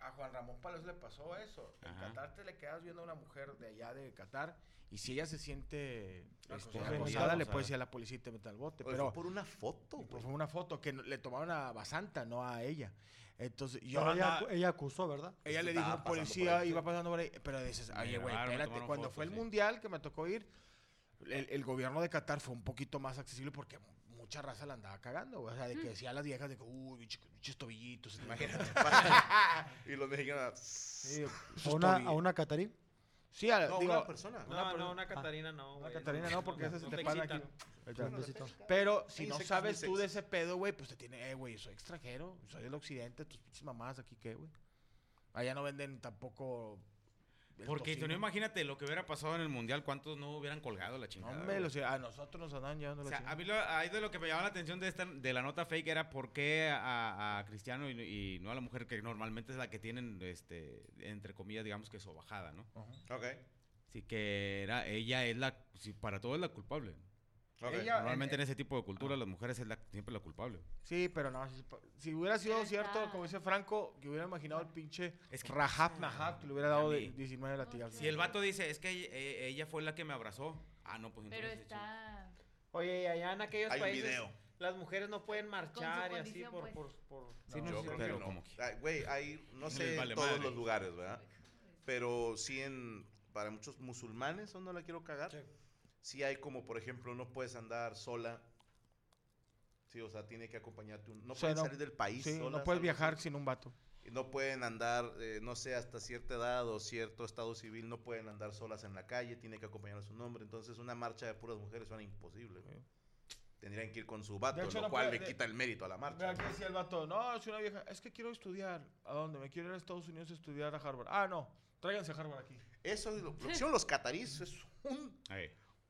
[SPEAKER 3] a Juan Ramón Palos le pasó eso. En
[SPEAKER 7] Ajá.
[SPEAKER 3] Qatar te le quedas viendo a una mujer de allá de Qatar y si ella se siente este,
[SPEAKER 7] Acosada.
[SPEAKER 3] acosada, le
[SPEAKER 7] Acosada.
[SPEAKER 3] puedes decir a la policía y te mete al bote.
[SPEAKER 1] Oye,
[SPEAKER 3] Pero
[SPEAKER 1] fue por una foto.
[SPEAKER 3] Por fue una foto que no- le tomaron a Basanta, no a ella. Entonces, yo
[SPEAKER 4] Pero ella,
[SPEAKER 3] andaba-
[SPEAKER 4] acu- ella acusó, ¿verdad?
[SPEAKER 3] ella le dijo a un policía, iba pasando por ahí. Pero dices,
[SPEAKER 4] Me
[SPEAKER 3] oye, güey,
[SPEAKER 4] grabaron, me
[SPEAKER 3] espérate.
[SPEAKER 4] tomaron
[SPEAKER 3] Cuando
[SPEAKER 4] fotos,
[SPEAKER 3] fue el
[SPEAKER 4] sí.
[SPEAKER 3] mundial que me tocó ir, el, el gobierno de Qatar fue un poquito más accesible porque mu- mucha raza la andaba cagando. güey. O sea, de
[SPEAKER 7] Mm.
[SPEAKER 3] que decía a las viejas de que, uy, bicho- bichos tobillitos.
[SPEAKER 1] Imagínate. y los mexicanos.
[SPEAKER 3] Sí,
[SPEAKER 4] ¿A
[SPEAKER 3] esos
[SPEAKER 4] una,
[SPEAKER 3] tobillos.
[SPEAKER 4] a una catarí?
[SPEAKER 3] Sí, a-
[SPEAKER 1] No,
[SPEAKER 3] digo,
[SPEAKER 1] una persona.
[SPEAKER 2] No, no, una Catarina no.
[SPEAKER 3] Una
[SPEAKER 2] güey,
[SPEAKER 3] Catarina no, porque esas se te paran
[SPEAKER 2] excitan.
[SPEAKER 3] aquí. Ahí está.
[SPEAKER 4] Bueno, besito.
[SPEAKER 3] Pero si
[SPEAKER 4] Ahí
[SPEAKER 3] no
[SPEAKER 4] se-
[SPEAKER 3] sabes
[SPEAKER 4] se-
[SPEAKER 3] tú de ese pedo, güey, pues te tiene, eh, güey, soy extranjero, soy del occidente, tus pinches mamás aquí, ¿qué, güey? Allá no venden tampoco. el
[SPEAKER 7] Porque tú
[SPEAKER 3] tocino.
[SPEAKER 7] no imagínate lo que hubiera pasado en el mundial, cuántos no hubieran colgado la chingada.
[SPEAKER 3] Hombre,
[SPEAKER 7] güey.
[SPEAKER 3] los- a nosotros nos andan llevando
[SPEAKER 7] O
[SPEAKER 3] la
[SPEAKER 7] sea,
[SPEAKER 3] chingada.
[SPEAKER 7] a mí lo, ahí de lo que me llamó la atención de, esta, de la nota fake era por qué a, a Cristiano y, y no a la mujer que normalmente es la que tienen, este, entre comillas, digamos que sobajada, ¿no?
[SPEAKER 1] Ok.
[SPEAKER 7] Así que era, ella es la, sí, para todo es la culpable.
[SPEAKER 3] Ok. Ella-
[SPEAKER 7] Normalmente
[SPEAKER 3] en-
[SPEAKER 7] en, ese tipo de cultura las mujeres es la, siempre la culpable.
[SPEAKER 3] Sí, pero no, si, si hubiera sido cierto, como dice Franco, que hubiera imaginado el pinche
[SPEAKER 7] Es que-
[SPEAKER 3] Rahab Nahab, que le hubiera dado
[SPEAKER 7] A
[SPEAKER 3] de
[SPEAKER 7] mí.
[SPEAKER 3] 19 latigazos.
[SPEAKER 7] Si el vato dice, es que eh, ella fue la que me abrazó. Ah, no, pues
[SPEAKER 6] Pero
[SPEAKER 7] entonces...
[SPEAKER 6] está.
[SPEAKER 2] Oye, y allá en aquellos
[SPEAKER 7] Hay un
[SPEAKER 2] países
[SPEAKER 7] video.
[SPEAKER 2] las mujeres no pueden marchar y así
[SPEAKER 6] condición,
[SPEAKER 2] por...
[SPEAKER 6] pues.
[SPEAKER 2] por, por-
[SPEAKER 1] Sí,
[SPEAKER 2] no.
[SPEAKER 1] no, yo
[SPEAKER 7] sí,
[SPEAKER 1] creo
[SPEAKER 7] pero
[SPEAKER 1] que
[SPEAKER 7] como
[SPEAKER 1] no. Ah, Güey, hay, no
[SPEAKER 7] Les
[SPEAKER 1] sé,
[SPEAKER 7] vale
[SPEAKER 1] en todos
[SPEAKER 7] madre.
[SPEAKER 1] los lugares, ¿verdad? Pero sí en, para muchos musulmanes, o no la quiero cagar, sí hay como, por ejemplo, no puedes andar sola. Sí, o sea, tiene que acompañarte un... No
[SPEAKER 3] O sea,
[SPEAKER 1] puedes salir del país
[SPEAKER 3] sí,
[SPEAKER 1] solas,
[SPEAKER 3] no puedes
[SPEAKER 1] algo así.
[SPEAKER 3] viajar sin un vato.
[SPEAKER 1] Y no pueden andar, eh, no sé, hasta cierta edad o cierto estado civil, no pueden andar solas en la calle, tiene que acompañar a su nombre. Entonces, una marcha de puras mujeres suena imposible. güey. Tendrían que ir con su vato,
[SPEAKER 3] De hecho,
[SPEAKER 1] lo
[SPEAKER 3] no
[SPEAKER 1] cual
[SPEAKER 3] puede-
[SPEAKER 1] le
[SPEAKER 3] de-
[SPEAKER 1] quita el mérito a la marcha.
[SPEAKER 3] Mira, que decía el vato, no, es una vieja, es que quiero estudiar. ¿A dónde? Me quiero ir a Estados Unidos a estudiar a Harvard. Ah, no, tráiganse a Harvard aquí.
[SPEAKER 1] Eso es lo, lo que hicieron los catarís es un...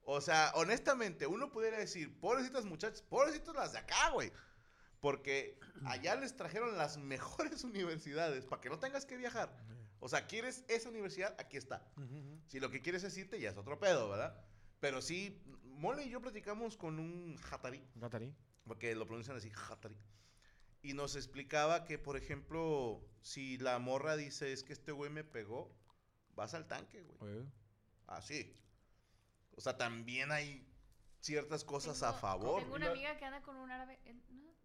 [SPEAKER 1] O sea, honestamente, uno pudiera decir, pobrecitas muchachas, pobrecitas las de acá, güey. Porque allá les trajeron las mejores universidades para que no tengas que viajar. O sea, ¿quieres esa universidad? Aquí está. Si lo que quieres es irte, ya es otro pedo, ¿verdad? Pero sí, Mole y yo platicamos con un jatarí,
[SPEAKER 3] Gatarí.
[SPEAKER 1] porque lo pronuncian así, jatarí. Y nos explicaba que, por ejemplo, si la morra dice, es que este güey me pegó, vas al tanque, güey. Así. O sea, también hay ciertas cosas a favor.
[SPEAKER 6] Tengo una amiga que anda con un árabe. eh,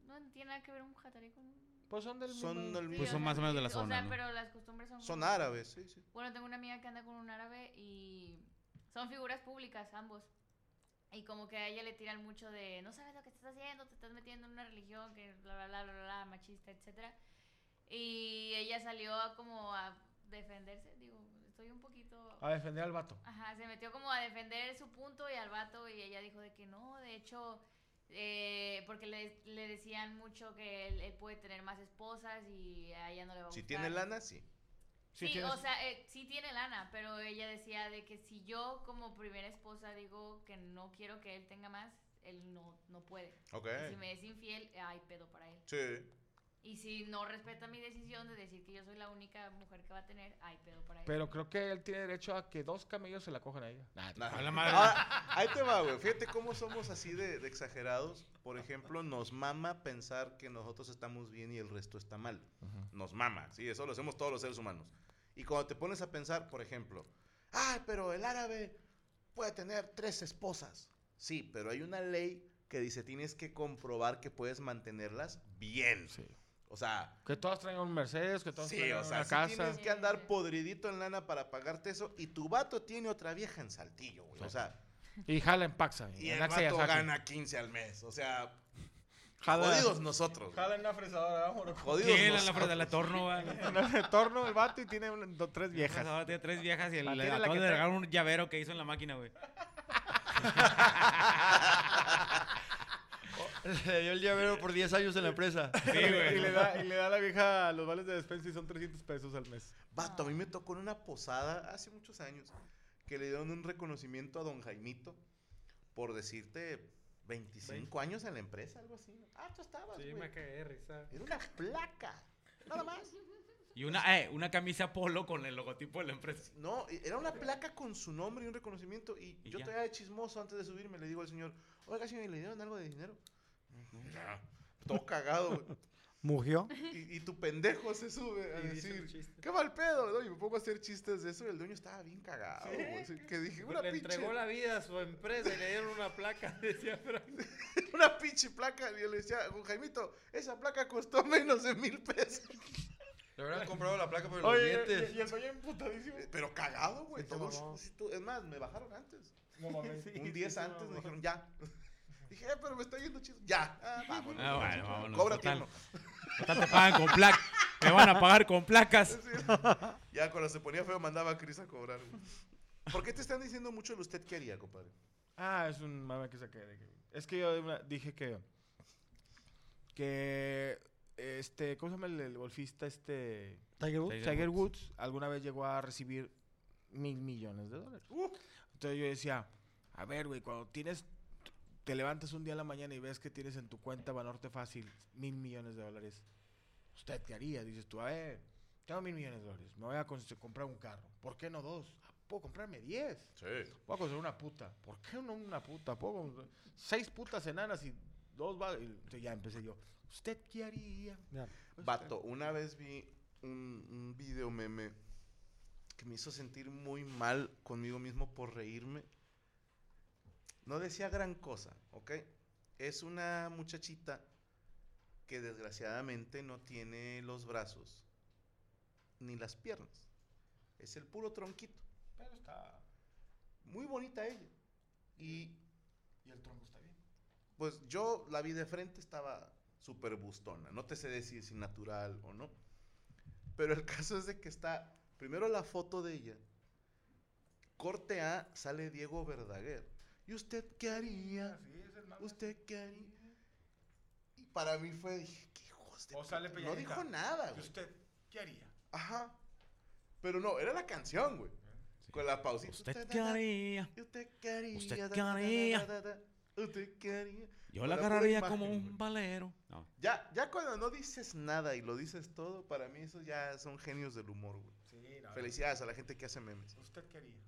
[SPEAKER 6] No, no tiene nada que ver un jatarí con un.
[SPEAKER 3] Pues son del
[SPEAKER 1] Son
[SPEAKER 6] mismo-
[SPEAKER 1] del
[SPEAKER 6] Sí,
[SPEAKER 1] mismo-
[SPEAKER 6] o sea, o sea, pero las costumbres son.
[SPEAKER 1] Son
[SPEAKER 6] como-
[SPEAKER 1] árabes, sí, sí.
[SPEAKER 6] Bueno, tengo una amiga que anda con un árabe y son figuras públicas ambos. Y como que a ella le tiran mucho de, no sabes lo que estás haciendo, te estás metiendo en una religión que bla, bla, bla, bla, bla, machista, etcétera. Y ella salió a como a defenderse, digo, estoy un poquito...
[SPEAKER 3] A defender al vato.
[SPEAKER 6] Ajá, se metió como a defender su punto y al vato y ella dijo de que no, de hecho, eh, porque le, le decían mucho que él, él puede tener más esposas y a ella no le va a
[SPEAKER 1] Si
[SPEAKER 6] gustar.
[SPEAKER 1] tiene lana, sí.
[SPEAKER 6] Sí,
[SPEAKER 3] tienes-
[SPEAKER 6] o sea, eh, sí tiene lana, pero ella decía de que si yo como primera esposa digo que no quiero que él tenga más, él no, no puede.
[SPEAKER 1] Ok.
[SPEAKER 6] Y si me es infiel, eh, hay pedo para él.
[SPEAKER 1] Sí.
[SPEAKER 6] Y si no respeta mi decisión de decir que yo soy la única mujer que va a tener, hay pedo para él.
[SPEAKER 3] Pero creo que él tiene derecho a que dos camellos se la cojan a ella. Nah,
[SPEAKER 1] Nah. Ah,
[SPEAKER 3] a la madre.
[SPEAKER 1] Ahora, ahí te va, güey. Fíjate cómo somos así de, de exagerados. Por ejemplo, nos mama pensar que nosotros estamos bien y el resto está mal. Nos mama, sí, eso lo hacemos todos los seres humanos. Y cuando te pones a pensar, por ejemplo, ah, pero el árabe puede tener tres esposas. Sí, pero hay una ley que dice tienes que comprobar que puedes mantenerlas bien. O sea,
[SPEAKER 3] Que todas traigan un Mercedes, que todas
[SPEAKER 1] Sí,
[SPEAKER 3] traigan
[SPEAKER 1] o sea,
[SPEAKER 3] una
[SPEAKER 1] sí
[SPEAKER 3] casa.
[SPEAKER 1] tienes que andar podridito en lana para pagarte eso. Y tu vato tiene otra vieja en saltillo, güey. O sea,
[SPEAKER 3] Y jala en Paxa.
[SPEAKER 1] y el
[SPEAKER 3] en Axa y
[SPEAKER 1] vato
[SPEAKER 3] Asahi.
[SPEAKER 1] gana 15 al mes. O sea, jodidos nosotros. güey.
[SPEAKER 3] Jala en una fresadora, vámonos.
[SPEAKER 1] Jodidos
[SPEAKER 7] Sí, la- la
[SPEAKER 1] nosotros.
[SPEAKER 7] fresadora torno, va.
[SPEAKER 3] el torno el vato y tiene un- do- tres
[SPEAKER 7] Viejas.
[SPEAKER 3] viejas.
[SPEAKER 7] Ahora tiene tres viejas y el,
[SPEAKER 3] La
[SPEAKER 7] le
[SPEAKER 3] tiene la
[SPEAKER 7] acabo
[SPEAKER 3] que
[SPEAKER 7] de
[SPEAKER 3] trae-
[SPEAKER 7] regalar un llavero que hizo en la máquina, güey.
[SPEAKER 5] Le dio el llavero por 10 años en la empresa.
[SPEAKER 3] y, le da, y le da a la vieja los vales de despensa y son 300 pesos al mes.
[SPEAKER 1] Vato, a mí me tocó en una posada hace muchos años que le dieron un reconocimiento a don Jaimito por decirte 25 años en la empresa, algo así. Ah, tú estabas,
[SPEAKER 2] Sí,
[SPEAKER 1] güey.
[SPEAKER 2] me cagué de risa.
[SPEAKER 1] Era una placa. Nada más.
[SPEAKER 7] Y una, eh, una camisa polo con el logotipo de la empresa.
[SPEAKER 1] No, e- era una placa con su nombre y un reconocimiento. Y,
[SPEAKER 7] Y
[SPEAKER 1] yo
[SPEAKER 7] ya.
[SPEAKER 1] todavía de chismoso antes de subirme le digo al señor, oiga, señor, ¿y le dieron algo de dinero? Ya, Todo cagado, güey.
[SPEAKER 4] ¿Mugió?
[SPEAKER 1] Y, y tu pendejo se sube a
[SPEAKER 2] Y dice un
[SPEAKER 1] decir,
[SPEAKER 2] chiste.
[SPEAKER 1] ¿qué mal pedo? ¿no? Y me pongo a hacer chistes de eso y el dueño estaba bien cagado, güey. Así Que dije, una
[SPEAKER 2] le
[SPEAKER 1] pinche,
[SPEAKER 2] entregó la vida a su empresa y le dieron una placa, decía Frank.
[SPEAKER 1] una pinche placa. Y yo le decía, "Don Jaimito, esa placa costó menos de mil pesos.
[SPEAKER 5] Le hubieran comprado la placa por los
[SPEAKER 3] Oye,
[SPEAKER 5] dientes.
[SPEAKER 3] y, y el dueño emputadísimo.
[SPEAKER 1] Eh, Pero cagado, güey.
[SPEAKER 3] Sí, se
[SPEAKER 1] todos-
[SPEAKER 3] mamó.
[SPEAKER 1] sí, tú- es más, me bajaron antes.
[SPEAKER 3] No mames.
[SPEAKER 1] Un 10
[SPEAKER 3] sí,
[SPEAKER 1] antes
[SPEAKER 3] mamá.
[SPEAKER 1] me dijeron, ya. Dije, "Eh, pero me está yendo chido. Ya, ah, vámonos.
[SPEAKER 7] Ah, bueno, vámonos.
[SPEAKER 1] Cobra
[SPEAKER 7] total.
[SPEAKER 1] tiempo.
[SPEAKER 7] Total, te pagan con placas. Me van a pagar con placas.
[SPEAKER 1] Ya cuando se ponía feo mandaba a Cris a cobrar. güey. ¿Por qué te están diciendo mucho el usted qué haría, compadre?
[SPEAKER 3] Ah, es un mame que saqué. de que- Es que yo de una- dije que. Que. Este. ¿Cómo se llama el, el golfista? Este.
[SPEAKER 4] Tiger Woods.
[SPEAKER 3] Tiger, Woods. alguna vez llegó a recibir mil millones de dólares. Entonces yo decía, a ver, güey, cuando tienes, te levantas un día a la mañana y ves que tienes en tu cuenta Banorte Fácil mil millones de dólares, ¿usted qué haría? Dices tú, a ver, tengo mil millones de dólares, me voy a cons- comprar un carro. ¿Por qué no dos? Ah, Puedo comprarme diez.
[SPEAKER 1] Sí.
[SPEAKER 3] Voy a conseguir una puta. ¿Por qué no una puta? Puedo comprar seis putas enanas y dos... va- y entonces ya empecé yo, ¿usted qué haría?
[SPEAKER 4] Ya.
[SPEAKER 3] Pues
[SPEAKER 1] Vato, una vez vi un, un video meme que me hizo sentir muy mal conmigo mismo por reírme. No decía gran cosa, ¿ok? Es una muchachita que desgraciadamente no tiene los brazos ni las piernas. Es el puro tronquito.
[SPEAKER 3] Pero está...
[SPEAKER 1] Muy bonita ella. Y
[SPEAKER 3] Y el tronco está bien.
[SPEAKER 1] Pues yo la vi de frente, estaba súper bustona. No te sé decir si natural o no. Pero el caso es de que está, primero la foto de ella. Corte A, sale Diego Verdaguer. ¿Y usted qué haría? ¿Usted qué haría? Y para mí fue, dije, qué hijos de
[SPEAKER 3] O
[SPEAKER 1] puta".
[SPEAKER 3] sale
[SPEAKER 1] No
[SPEAKER 3] Peñanita.
[SPEAKER 1] dijo nada,
[SPEAKER 3] ¿Y
[SPEAKER 1] güey.
[SPEAKER 3] usted qué haría?
[SPEAKER 1] Ajá. Pero no, era la canción, güey. Con la pausita.
[SPEAKER 7] ¿Usted qué haría?
[SPEAKER 1] ¿Usted qué haría?
[SPEAKER 7] ¿Usted
[SPEAKER 1] Da,
[SPEAKER 7] qué
[SPEAKER 1] da, da,
[SPEAKER 7] haría?
[SPEAKER 1] da, da, da. ¿Usted qué haría?
[SPEAKER 7] Yo
[SPEAKER 1] Con
[SPEAKER 7] la
[SPEAKER 1] pura
[SPEAKER 7] agarraría
[SPEAKER 1] imagen,
[SPEAKER 7] como
[SPEAKER 1] güey.
[SPEAKER 7] un valero. No.
[SPEAKER 1] Ya, ya cuando no dices nada y lo dices todo, para mí eso ya son genios del humor, güey.
[SPEAKER 3] Sí, no.
[SPEAKER 1] Felicidades a la gente que hace memes.
[SPEAKER 3] ¿Usted qué haría?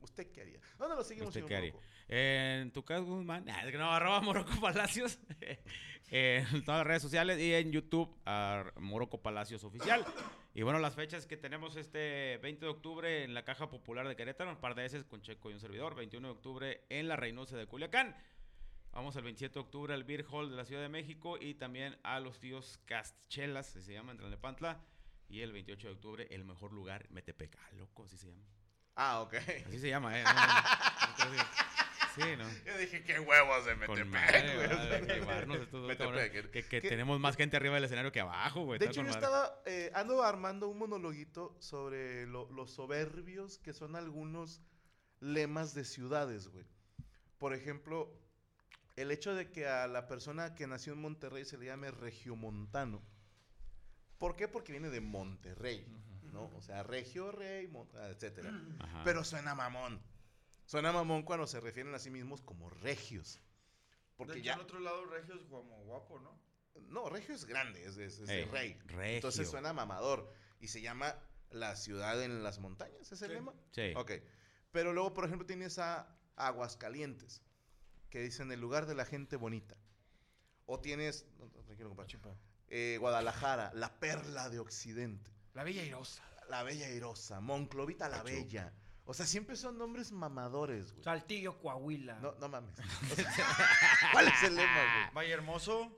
[SPEAKER 1] ¿Usted qué haría? ¿Dónde lo seguimos,
[SPEAKER 7] ¿Usted
[SPEAKER 1] señor
[SPEAKER 7] qué haría?
[SPEAKER 1] Morocco?
[SPEAKER 7] Eh, En tu caso, Guzmán. Nah, es que no, arroba Morocco Palacios. Eh, en todas las redes sociales y en YouTube, a Morocco Palacios Oficial. Y bueno, las fechas que tenemos este 20 de octubre en la Caja Popular de Querétaro, un par de veces con Checo y un servidor. 21 de octubre en la Reynosa de Culiacán. Vamos el 27 de octubre al Beer Hall de la Ciudad de México y también a los tíos Castechelas, que se llama en Tlalnepantla. Y el 28 de octubre, el mejor lugar, Metepec. Ah, loco, así se llama.
[SPEAKER 1] Ah, ok.
[SPEAKER 7] Así se llama, ¿eh? No, no, no, no, sí, ¿no?
[SPEAKER 1] Yo dije, qué huevos de
[SPEAKER 7] Con
[SPEAKER 1] Metepec,
[SPEAKER 7] madre,
[SPEAKER 1] güey.
[SPEAKER 7] va, de llevarnos estos dos
[SPEAKER 1] Metepec,
[SPEAKER 7] cabrones,
[SPEAKER 1] ¿eh?
[SPEAKER 7] Que, que
[SPEAKER 1] ¿Qué?
[SPEAKER 7] tenemos más gente arriba del escenario que abajo, güey.
[SPEAKER 1] De
[SPEAKER 7] Pues, está
[SPEAKER 1] hecho, yo
[SPEAKER 7] con madre.
[SPEAKER 1] estaba, eh, ando armando un monologuito sobre lo- los soberbios que son algunos lemas de ciudades, güey. Por ejemplo, el hecho de que a la persona que nació en Monterrey se le llame regiomontano. ¿Por qué? Porque viene de Monterrey. ¿no? O sea, Regio Rey, Monta, etcétera.
[SPEAKER 7] Ajá.
[SPEAKER 1] Pero suena mamón. Suena mamón cuando se refieren a sí mismos como regios. Porque
[SPEAKER 5] de hecho,
[SPEAKER 1] ya.
[SPEAKER 5] en otro lado, Regio es como guapo, ¿no?
[SPEAKER 1] No, Regio es grande, es, es- es
[SPEAKER 5] Ey,
[SPEAKER 1] el rey.
[SPEAKER 5] regio.
[SPEAKER 1] Entonces suena mamador. Y se llama La Ciudad en las Montañas, ¿es el tema?
[SPEAKER 7] Sí.
[SPEAKER 1] este Ok. Pero luego, por ejemplo, tienes a Aguascalientes, que dicen el lugar de la gente bonita. O tienes, no, no, tranquilo, compadre. Eh, Guadalajara, la perla de Occidente.
[SPEAKER 3] La Bella Irosa.
[SPEAKER 1] La Bella Irosa, Monclovita la Bella. O sea, siempre son nombres mamadores, güey.
[SPEAKER 2] Saltillo, Coahuila.
[SPEAKER 1] No, no mames. O sea, ¿Cuál es el lema, güey?
[SPEAKER 5] Valle Hermoso.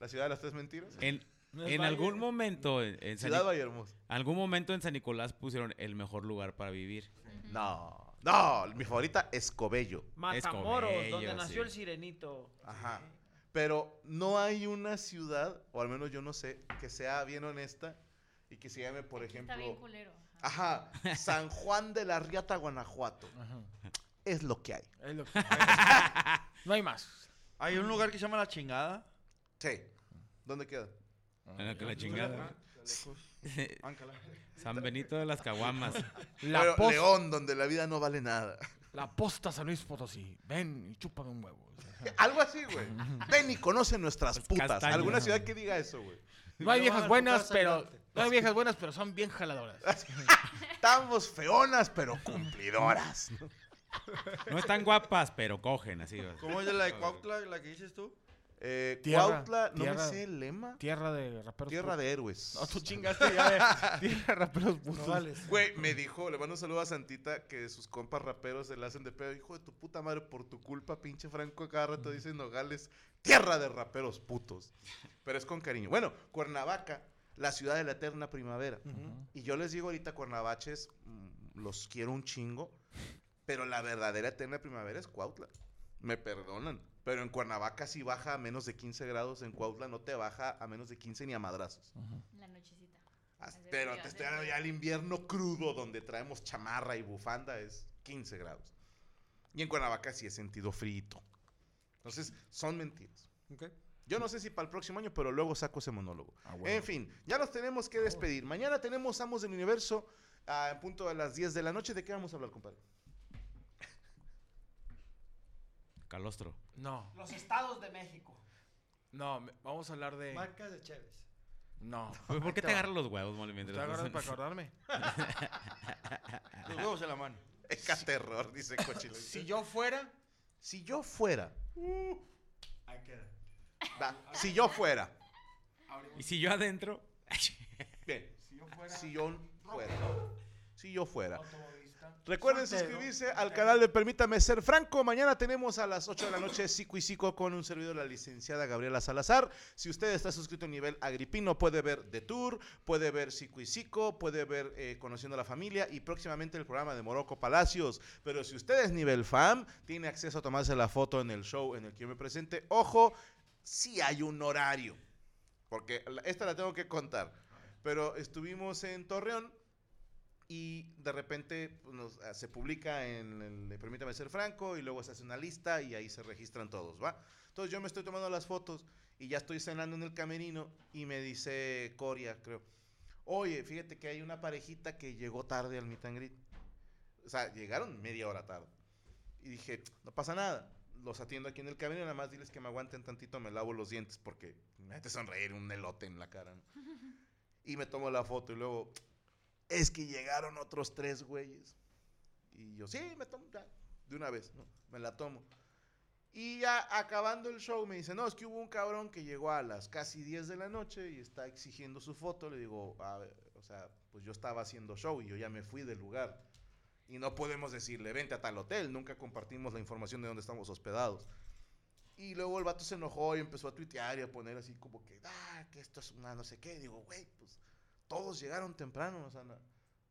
[SPEAKER 1] La ciudad de las tres mentiras.
[SPEAKER 7] En,
[SPEAKER 1] No es
[SPEAKER 7] en
[SPEAKER 1] Valle.
[SPEAKER 7] algún momento en, en San
[SPEAKER 1] Ciudad
[SPEAKER 7] Nic-
[SPEAKER 1] Vallehermoso.
[SPEAKER 7] Algún momento en San Nicolás pusieron el mejor lugar para vivir.
[SPEAKER 1] No, no, mi favorita es Cobello.
[SPEAKER 2] Matamoros, donde
[SPEAKER 7] Escobedo,
[SPEAKER 2] nació
[SPEAKER 7] sí.
[SPEAKER 2] el sirenito.
[SPEAKER 1] Ajá. Pero no hay una ciudad, o al menos yo no sé, que sea bien honesta y que se llame, por
[SPEAKER 6] Está bien
[SPEAKER 1] ejemplo,
[SPEAKER 6] culero.
[SPEAKER 1] ajá, San Juan de la Riata, Guanajuato. Es lo que hay.
[SPEAKER 8] Es lo que-
[SPEAKER 3] No hay más.
[SPEAKER 5] Hay un lugar que se llama La Chingada.
[SPEAKER 1] Sí. ¿Dónde queda?
[SPEAKER 7] En la que la chingada.
[SPEAKER 5] Áncala.
[SPEAKER 7] San Benito de las Caguamas.
[SPEAKER 3] La
[SPEAKER 1] Pero
[SPEAKER 3] pos-
[SPEAKER 1] León, donde la vida no vale nada.
[SPEAKER 3] La posta San Luis Potosí. Ven y chúpame un huevo.
[SPEAKER 1] Algo así, güey. Ven y conoce nuestras putas.
[SPEAKER 3] castaño.
[SPEAKER 1] Alguna ciudad que diga eso, güey.
[SPEAKER 3] No hay
[SPEAKER 1] Lo van
[SPEAKER 3] viejas
[SPEAKER 1] a
[SPEAKER 3] buenas,
[SPEAKER 1] tocar
[SPEAKER 3] pero.
[SPEAKER 1] sangrante.
[SPEAKER 3] No hay viejas buenas, pero son bien jaladoras.
[SPEAKER 1] Estamos feonas, pero cumplidoras.
[SPEAKER 7] No están guapas, pero cogen así. o sea.
[SPEAKER 5] ¿Cómo es la de Cuautla, la que dices tú?
[SPEAKER 1] Eh,
[SPEAKER 3] Tierra-
[SPEAKER 1] Cuautla, no
[SPEAKER 3] tierra-
[SPEAKER 1] me sé el lema.
[SPEAKER 3] Tierra de raperos.
[SPEAKER 1] Tierra
[SPEAKER 3] putos.
[SPEAKER 1] de héroes.
[SPEAKER 3] No, tú chingaste ya de tierra de raperos
[SPEAKER 4] Nogales.
[SPEAKER 3] putos.
[SPEAKER 1] Güey, me dijo, le mando un saludo a Santita, que sus compas raperos se la hacen de pedo. Hijo de tu puta madre, por tu culpa, pinche Franco, a cada rato dice Nogales, tierra de raperos putos. Pero es con cariño. Bueno, Cuernavaca, la ciudad de la eterna primavera. Y yo les digo ahorita, cuernavaches, mm, los quiero un chingo, pero la verdadera eterna primavera es Cuautla. Me perdonan, pero en Cuernavaca si baja a menos de 15 grados, en Cuautla no te baja a menos de 15 ni a madrazos.
[SPEAKER 6] La nochecita.
[SPEAKER 1] As-
[SPEAKER 6] Hace
[SPEAKER 1] Pero
[SPEAKER 6] frío,
[SPEAKER 1] te
[SPEAKER 6] hace
[SPEAKER 1] estoy hablando
[SPEAKER 6] frío.
[SPEAKER 1] ya el invierno crudo donde traemos chamarra y bufanda es 15 grados. Y en Cuernavaca sí he sentido frito. Entonces, son mentiras.
[SPEAKER 4] Ok.
[SPEAKER 1] Yo no sé si para el próximo año, pero luego saco ese monólogo.
[SPEAKER 8] huevo.
[SPEAKER 1] En fin, ya nos tenemos que despedir. Mañana tenemos Amos del Universo ah, en punto de las 10 de la noche. ¿De qué vamos a hablar, compadre?
[SPEAKER 7] Calostro.
[SPEAKER 8] No,
[SPEAKER 2] Los estados de México.
[SPEAKER 8] no, me- vamos a hablar de.
[SPEAKER 4] Marcas de Chévez.
[SPEAKER 8] No.
[SPEAKER 7] Güey, Pues, ¿Por qué te agarran los huevos, mole,
[SPEAKER 8] Te
[SPEAKER 7] mientras
[SPEAKER 8] agarras
[SPEAKER 7] estás-
[SPEAKER 8] para acordarme.
[SPEAKER 5] Los huevos en la mano.
[SPEAKER 1] Es terror, dice Cochilo.
[SPEAKER 8] Si yo fuera.
[SPEAKER 1] Si yo fuera. Uh. Da, si yo fuera.
[SPEAKER 7] Y si yo adentro.
[SPEAKER 1] Bien. Si yo fuera. Si yo fuera. Recuerden suscribirse al canal de Permítame Ser Franco. Mañana tenemos a las 8 de la noche Cico y Cico con un servidor, la licenciada Gabriela Salazar. Si usted está suscrito a nivel agripino, puede ver The Tour, puede ver Cico y Cico, puede ver eh, Conociendo a la Familia y próximamente el programa de Morocco Palacios. Pero si usted es nivel fan, tiene acceso a tomarse la foto en el show en el que yo me presente. Ojo, si hay un horario. Porque la- esta la tengo que contar. Pero estuvimos en Torreón y de repente pues, nos- ah, se publica en el de Permítame ser franco y luego se hace una lista y ahí se registran todos, ¿va? Entonces yo me estoy tomando las fotos y ya estoy cenando en el camerino y me dice Coria, creo, oye, fíjate que hay una parejita que llegó tarde al meet and greet". O sea, llegaron media hora tarde. Y dije, no pasa nada. Los atiendo aquí en el camerino, nada más diles que me aguanten tantito, me lavo los dientes porque me hace sonreír un elote en la cara. ¿no? Y me tomo la foto y luego, es que llegaron otros tres güeyes. Y yo, sí, me tomo, ya, de una vez, ¿no? Me la tomo. Y ya acabando el show me dice, no, es que hubo un cabrón que llegó a las casi 10 de la noche y está exigiendo su foto. Le digo, "A ver, o sea, pues yo estaba haciendo show y yo ya me fui del lugar. Y no podemos decirle, vente a tal hotel, nunca compartimos la información de dónde estamos hospedados. Y luego el vato se enojó y empezó a tuitear y a poner así como que, ah, que esto es una no sé qué. Digo, güey, pues todos llegaron temprano, o sea, na-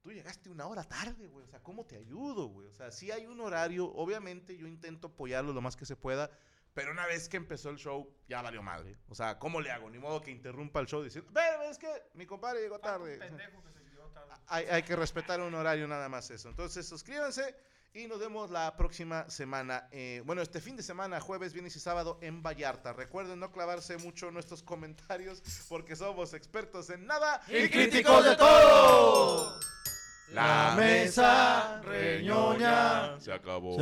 [SPEAKER 1] tú llegaste una hora tarde, güey, o sea, ¿cómo te ayudo, güey? O sea, sí hay un horario, obviamente yo intento apoyarlo lo más que se pueda, pero una vez que empezó el show, ya valió madre. O sea, ¿cómo le hago? Ni modo que interrumpa el show diciendo, pero es que mi compadre llegó tarde. O sea, hay, hay que respetar un horario nada más eso. Entonces, suscríbanse. Y nos vemos la próxima semana. eh, bueno, este fin de semana, jueves, viernes y sábado en Vallarta. Recuerden no clavarse mucho en nuestros comentarios porque somos expertos en nada
[SPEAKER 10] Y críticos de todo.
[SPEAKER 1] La mesa reñoña
[SPEAKER 10] Se acabó.
[SPEAKER 1] Se